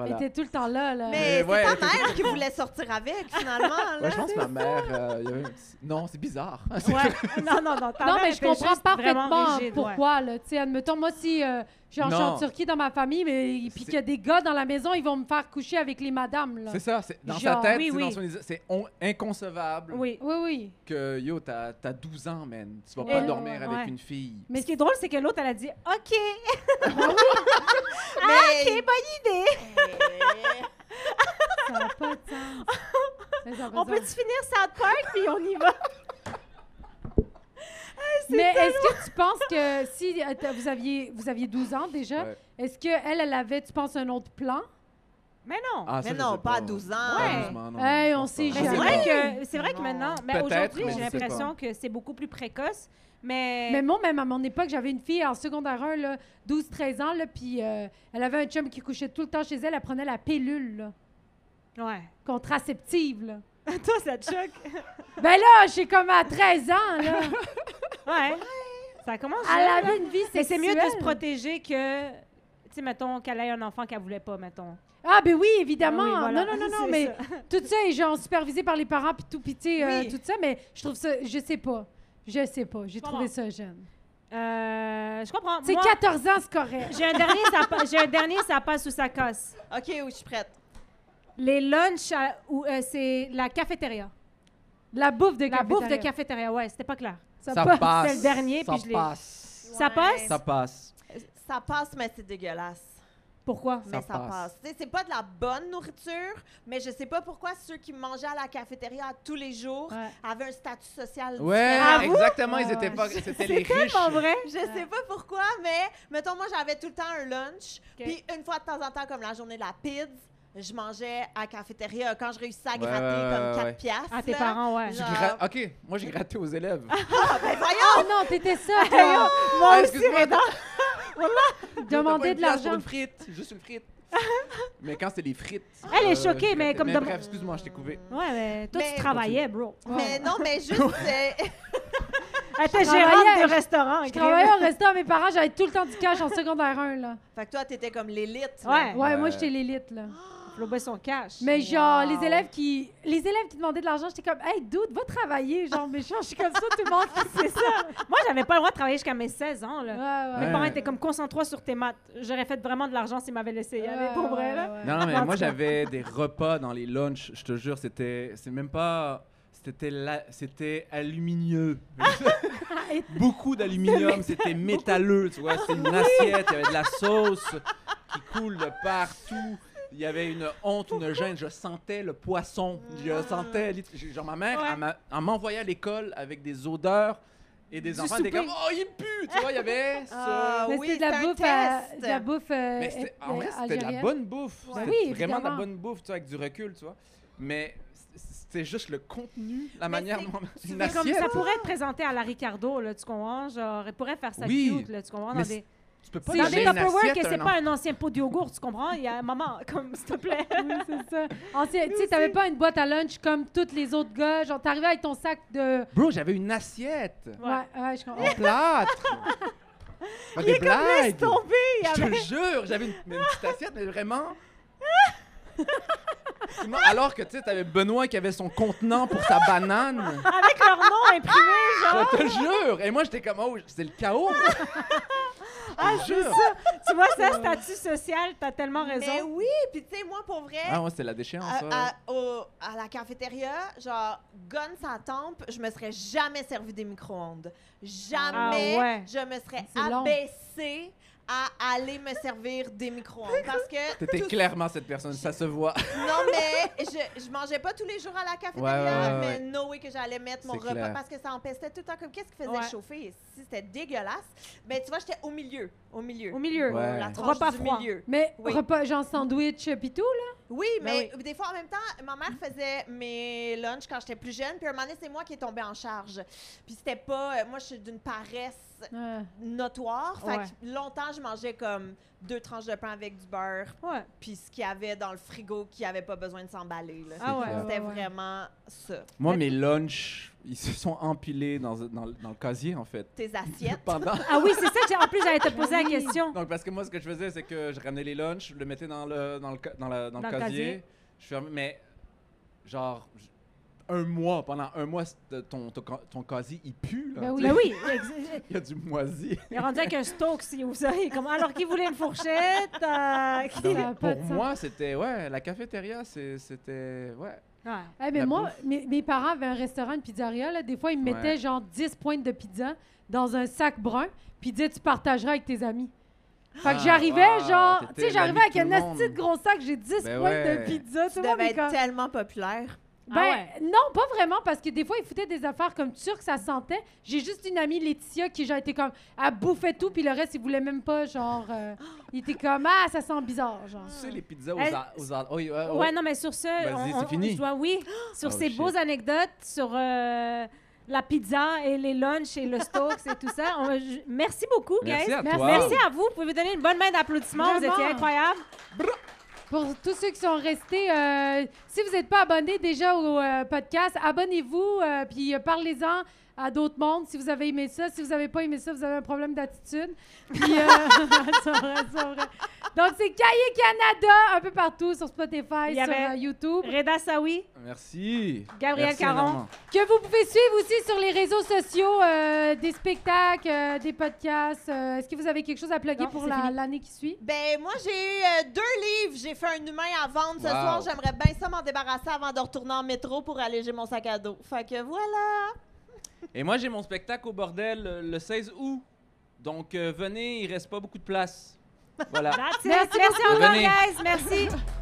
Voilà. était tout le temps là, là. Mais c'est ouais, ta elle mère qui voulait sortir avec, finalement. Ouais, Là. je pense que ma mère. euh, il y avait un petit- Non, c'est bizarre. Ouais. Non, non, non. ta Non, mère mais je était comprends juste vraiment parfaitement rigide, ouais. pourquoi, là. Tu sais, admettons, moi, si euh, Genre, je suis Non. en Turquie dans ma famille, mais puis C'est- qu'il y a des gars dans la maison, ils vont me faire coucher avec les madames, là. C'est ça, c'est- dans Genre, sa tête, oui, c'est dans oui. son idée- c'est on- inconcevable Oui. Oui, oui. que yo, t'as t'as 12 ans, man. Tu vas Ouais, pas ouais, dormir ouais, avec Eh ouais. une fille. Mais ce qui est drôle, c'est que l'autre, elle a dit OK, Mais- Ah, OK, bonne idée. Ça n'a pas de sens. Mais ça a pas On de sens. peut-tu finir South Park puis on y va? Mais est-ce que tu penses que si euh, t'as- vous aviez, vous aviez 12 ans déjà, Ouais. est-ce qu'elle, elle avait, tu penses, un autre plan? Mais non. Ah, ça, Mais je non, sais pas à 12 ans. Pas à Ouais. 12 ans, non, Hey, je on pense sait pas. Mais c'est jamais. vrai que c'est vrai que Non. maintenant, ben, Peut-être, aujourd'hui, mais j'ai je sais l'impression que c'est beaucoup plus précoce, mais, Mais moi, même à mon époque, j'avais une fille en secondaire 1, là, 12-13 ans, là, puis euh, elle avait un chum qui couchait tout le temps chez elle, elle prenait la pilule là, ouais. contraceptive. là. Toi, ça te choque. Ben là, j'ai comme à 13 ans, là. Ouais. Ça commence. jeune, Elle là. avait une vie sexuelle. Mais c'est mieux de se protéger que tu sais mettons qu'elle ait un enfant qu'elle voulait pas mettons. Ah, ben oui, évidemment. Ah oui, voilà. Non, non, non, non, C'est mais ça. tout ça est genre supervisé par les parents, puis tout, puis tu sais, euh, Oui. tout ça, mais je trouve ça, je sais pas. Je sais pas, j'ai Bon, trouvé bon. ça jeune. Euh, je comprends. C'est Moi, 14 ans, c'est correct. J'ai un dernier ça pa- j'ai un dernier ça passe ou ça casse. OK, oui, je suis prête. Les lunchs à- ou euh, c'est la cafétéria. La bouffe de La bouffe de café. cafétéria, ouais, c'était pas clair. Ça, Ça passe. passe. C'est le dernier, ça puis je l'ai- passe. Ça passe? Ça passe. Ça passe, mais c'est dégueulasse. Pourquoi Mais Ça ça passe. passe. Tu sais, C'est pas de la bonne nourriture, mais je sais pas pourquoi ceux qui mangeaient à la cafétéria tous les jours Ouais. avaient un statut social Ouais, différent. vous? exactement. Ils Ah, Oh, étaient pas. C'est C'était les riches. tellement vrai. Je sais pas pourquoi, mais mettons, moi, j'avais tout le temps un lunch. Ok. Puis une fois de temps en temps, comme la journée de la pizza, je mangeais à la cafétéria quand je réussissais à Ouais, gratter ouais, comme ouais, 4 ouais. piastres. À Ah, tes là. parents, ouais. Ah. Genre- J'ai gra- Ok, moi j'ai gratté aux élèves. Ah, ben voyons! Ah non, t'étais ça, toi. Moi Ah, aussi, excuse-moi, Reda. Demander de l'argent. Une frite, juste une frite. mais quand c'est les frites. Elle est euh, choquée, je mais grattais. comme Mais dans- bref, excuse-moi, je t'ai coupé. Ouais, mais toi, Mais- tu travaillais, bro. Mais non, mais juste. euh, Elle était travaillais, gérante de je- restaurant. Je Grim. travaillais au restaurant, mes parents, j'avais tout le temps du cash en secondaire 1, là. fait que toi, t'étais comme l'élite. là. Ouais, Ouais, Ouais. moi, j'étais l'élite, là. flobait son cash. Mais genre, Wow. les élèves qui les élèves qui demandaient de l'argent, j'étais comme, hey, dude, va travailler. Genre, mais genre, je suis comme ça, tout le monde. c'est ça. Moi, j'avais pas le droit de travailler jusqu'à mes 16 ans, là. Ouais, Mes ouais. parents étaient comme concentrés sur tes maths. J'aurais fait vraiment de l'argent s'ils m'avaient laissé y aller, Ouais, pour vrai, ouais, là. ouais. Non, mais En moi tout cas. j'avais des repas dans les lunchs, je te jure, c'était c'est même pas c'était la- c'était aluminieux. Beaucoup d'aluminium, c'était métalleux, tu vois, c'était une assiette, il y avait de la sauce qui coule de partout. Il y avait une honte, une gêne, je sentais le poisson, je sentais lit- genre ma mère Ouais. elle m'a- elle m'envoyait à l'école avec des odeurs et des Du enfants étaient souper. comme oh il pue, tu vois, il y avait ça. Ah, Mais oui, c'était de la c'est un bouffe, à- test. de la bouffe. euh, Mais c'était- euh, en vrai, c'était de la algérienne. bonne bouffe. Ouais. C'était Oui, vraiment de la évidemment. bonne bouffe, tu vois, avec du recul, tu vois. Mais c- c'était juste le contenu, la Mais manière c'est- dont tu une fais Mais comme assiette. ça pourrait être présenté à la Ricardo, là, tu comprends? Genre, elle pourrait faire ça Oui. cute, là, tu comprends? Mais Dans des, Tu peux pas dans des donner une Tupperware, que assiette à c'est un pas un ancien pot de yogourt, tu comprends? Il y a maman, comme, s'il te plaît. Oui, c'est ça. Ensuite, tu sais, t'avais pas une boîte à lunch comme tous les autres gars. Genre, t'arrivais avec ton sac de. enfant. Bro, j'avais une assiette Ouais, ouais, je comprends. en plâtre. Pas des blagues. Tombé, il y Je avait... te jure, j'avais une, mais une petite assiette, mais vraiment. Sinon, alors que tu sais, t'avais Benoît qui avait son contenant pour sa banane. Avec leur nom imprimé, genre. Je te jure. Et moi, j'étais comme, oh, c'est le chaos. Ah, je te jure. tu vois ça, statut social, t'as tellement Mais raison. oui, puis tu sais, moi, pour vrai, Ah, ouais, c'était la déchéance. Euh, à, ouais. à- au- à la cafétéria, genre, gun sa tempe, je me serais jamais servi des micro-ondes. Jamais Ah ouais. je me serais C'est long. abaissée à aller me servir des micro-ondes. Parce que. T'étais tout- clairement cette personne, ça se voit. Non, mais je, je mangeais pas tous les jours à la cafétéria, Ouais, ouais, ouais, mais ouais. no way que j'allais mettre mon C'est repas clair. parce que ça empestait tout le temps. Comme qu'est-ce qui faisait Ouais. chauffer Si c'était dégueulasse. Mais tu vois, j'étais au milieu. Au milieu. Au milieu. Ouais. La tranche Repas du froid. milieu. Mais Oui. repas, genre sandwich euh, pis tout, là. Oui, Ben mais des fois, en même temps, ma mère faisait mes lunchs quand j'étais plus jeune. Puis un moment donné, c'est moi qui est tombée en charge. Puis c'était pas. euh, Moi, je suis d'une paresse Ouais. notoire. Fait Ouais. que longtemps, je mangeais comme deux tranches de pain avec du beurre. Ouais. Puis ce qu'il y avait dans le frigo qui avait pas besoin de s'emballer. là. Ah ouais. clair. C'était ouais, ouais. vraiment ça. Moi, mes lunchs, ils se sont empilés dans, dans, dans le casier, en fait. Tes assiettes. Pendant. Ah oui, c'est ça que j'ai... En plus, j'allais te poser la Oui. question. Donc, parce que moi, ce que je faisais, c'est que je ramenais les lunchs, je le mettais dans le, dans le, ca- dans la- dans le Dans le casier. casier. Je fermais, mais, genre, j- un mois. Pendant un mois, c'est- ton, ton, ton casier, il pue. Là, Ben tu oui. sais. Ben oui, ex- Il y a du moisi. il est rendu avec un Stokes, il ouvre ça, il est comme, alors qu'il voulait une fourchette. euh, qui- Ça a pas Pour de sens. moi, c'était. Ouais, la cafétéria, c'est- c'était. Ouais. Ouais. Eh, mais La moi, bouffe. mes, mes parents avaient un restaurant de pizzeria. Là. Des fois, ils me mettaient Ouais. genre 10 pointes de pizza dans un sac brun, puis ils disaient Tu partageras avec tes amis. Fait que Ah, j'arrivais, wow, genre, t'étais tu sais, l'ami j'arrivais de avec tout un le monde. asti de gros sac, j'ai 10 Ben pointes ouais. de pizza. Tu Tout le monde devais est être comme- tellement populaire. Ben, Ah ouais. non, pas vraiment, parce que des fois, ils foutaient des affaires comme turc, ça sentait. J'ai juste une amie, Laetitia, qui, genre, était comme, elle bouffait tout, puis le reste, ils voulaient même pas, genre, euh, il était comme, ah, ça sent bizarre, genre. Tu sais, les pizzas aux. Elle- ar- aux ar- oui, ouais, ouais. Ouais, non, mais sur ce, Vas-y, on, c'est on- fini. je dois- oui, sur Oh, ces shit. beaux anecdotes, sur euh, la pizza et les lunchs et le stocks et tout ça. on- je- merci beaucoup, Merci guys. à Merci. toi. Merci à vous. Vous pouvez vous donner une bonne main d'applaudissements. Vous Vraiment. étiez incroyables. Pour tous ceux qui sont restés, euh, si vous n'êtes pas abonnés déjà au euh, podcast, abonnez-vous, euh, puis euh, parlez-en à d'autres mondes si vous avez aimé ça. Si vous n'avez pas aimé ça, vous avez un problème d'attitude. Puis, euh, c'est vrai, c'est vrai. Donc, c'est Cahiers Canada un peu partout sur Spotify, Il y sur avait- euh, YouTube. Reda Saoui, Merci. Gabriel Merci Caron. énormément. Que vous pouvez suivre aussi sur les réseaux sociaux, euh, des spectacles, euh, des podcasts. euh, Est-ce que vous avez quelque chose à plugger Non, pour c'est la- fini. l'année qui suit? Ben, moi, j'ai eu euh, deux livres. J'ai fait un humain à vendre ce Wow. soir. J'aimerais bien ça m'en débarrasser avant de retourner en métro pour alléger mon sac à dos. Fait que voilà. Et moi, j'ai mon spectacle au bordel euh, le 16 août. Donc, euh, venez, il reste pas beaucoup de place. Voilà. That's it. Merci Merci encore, Venez. guys. Merci.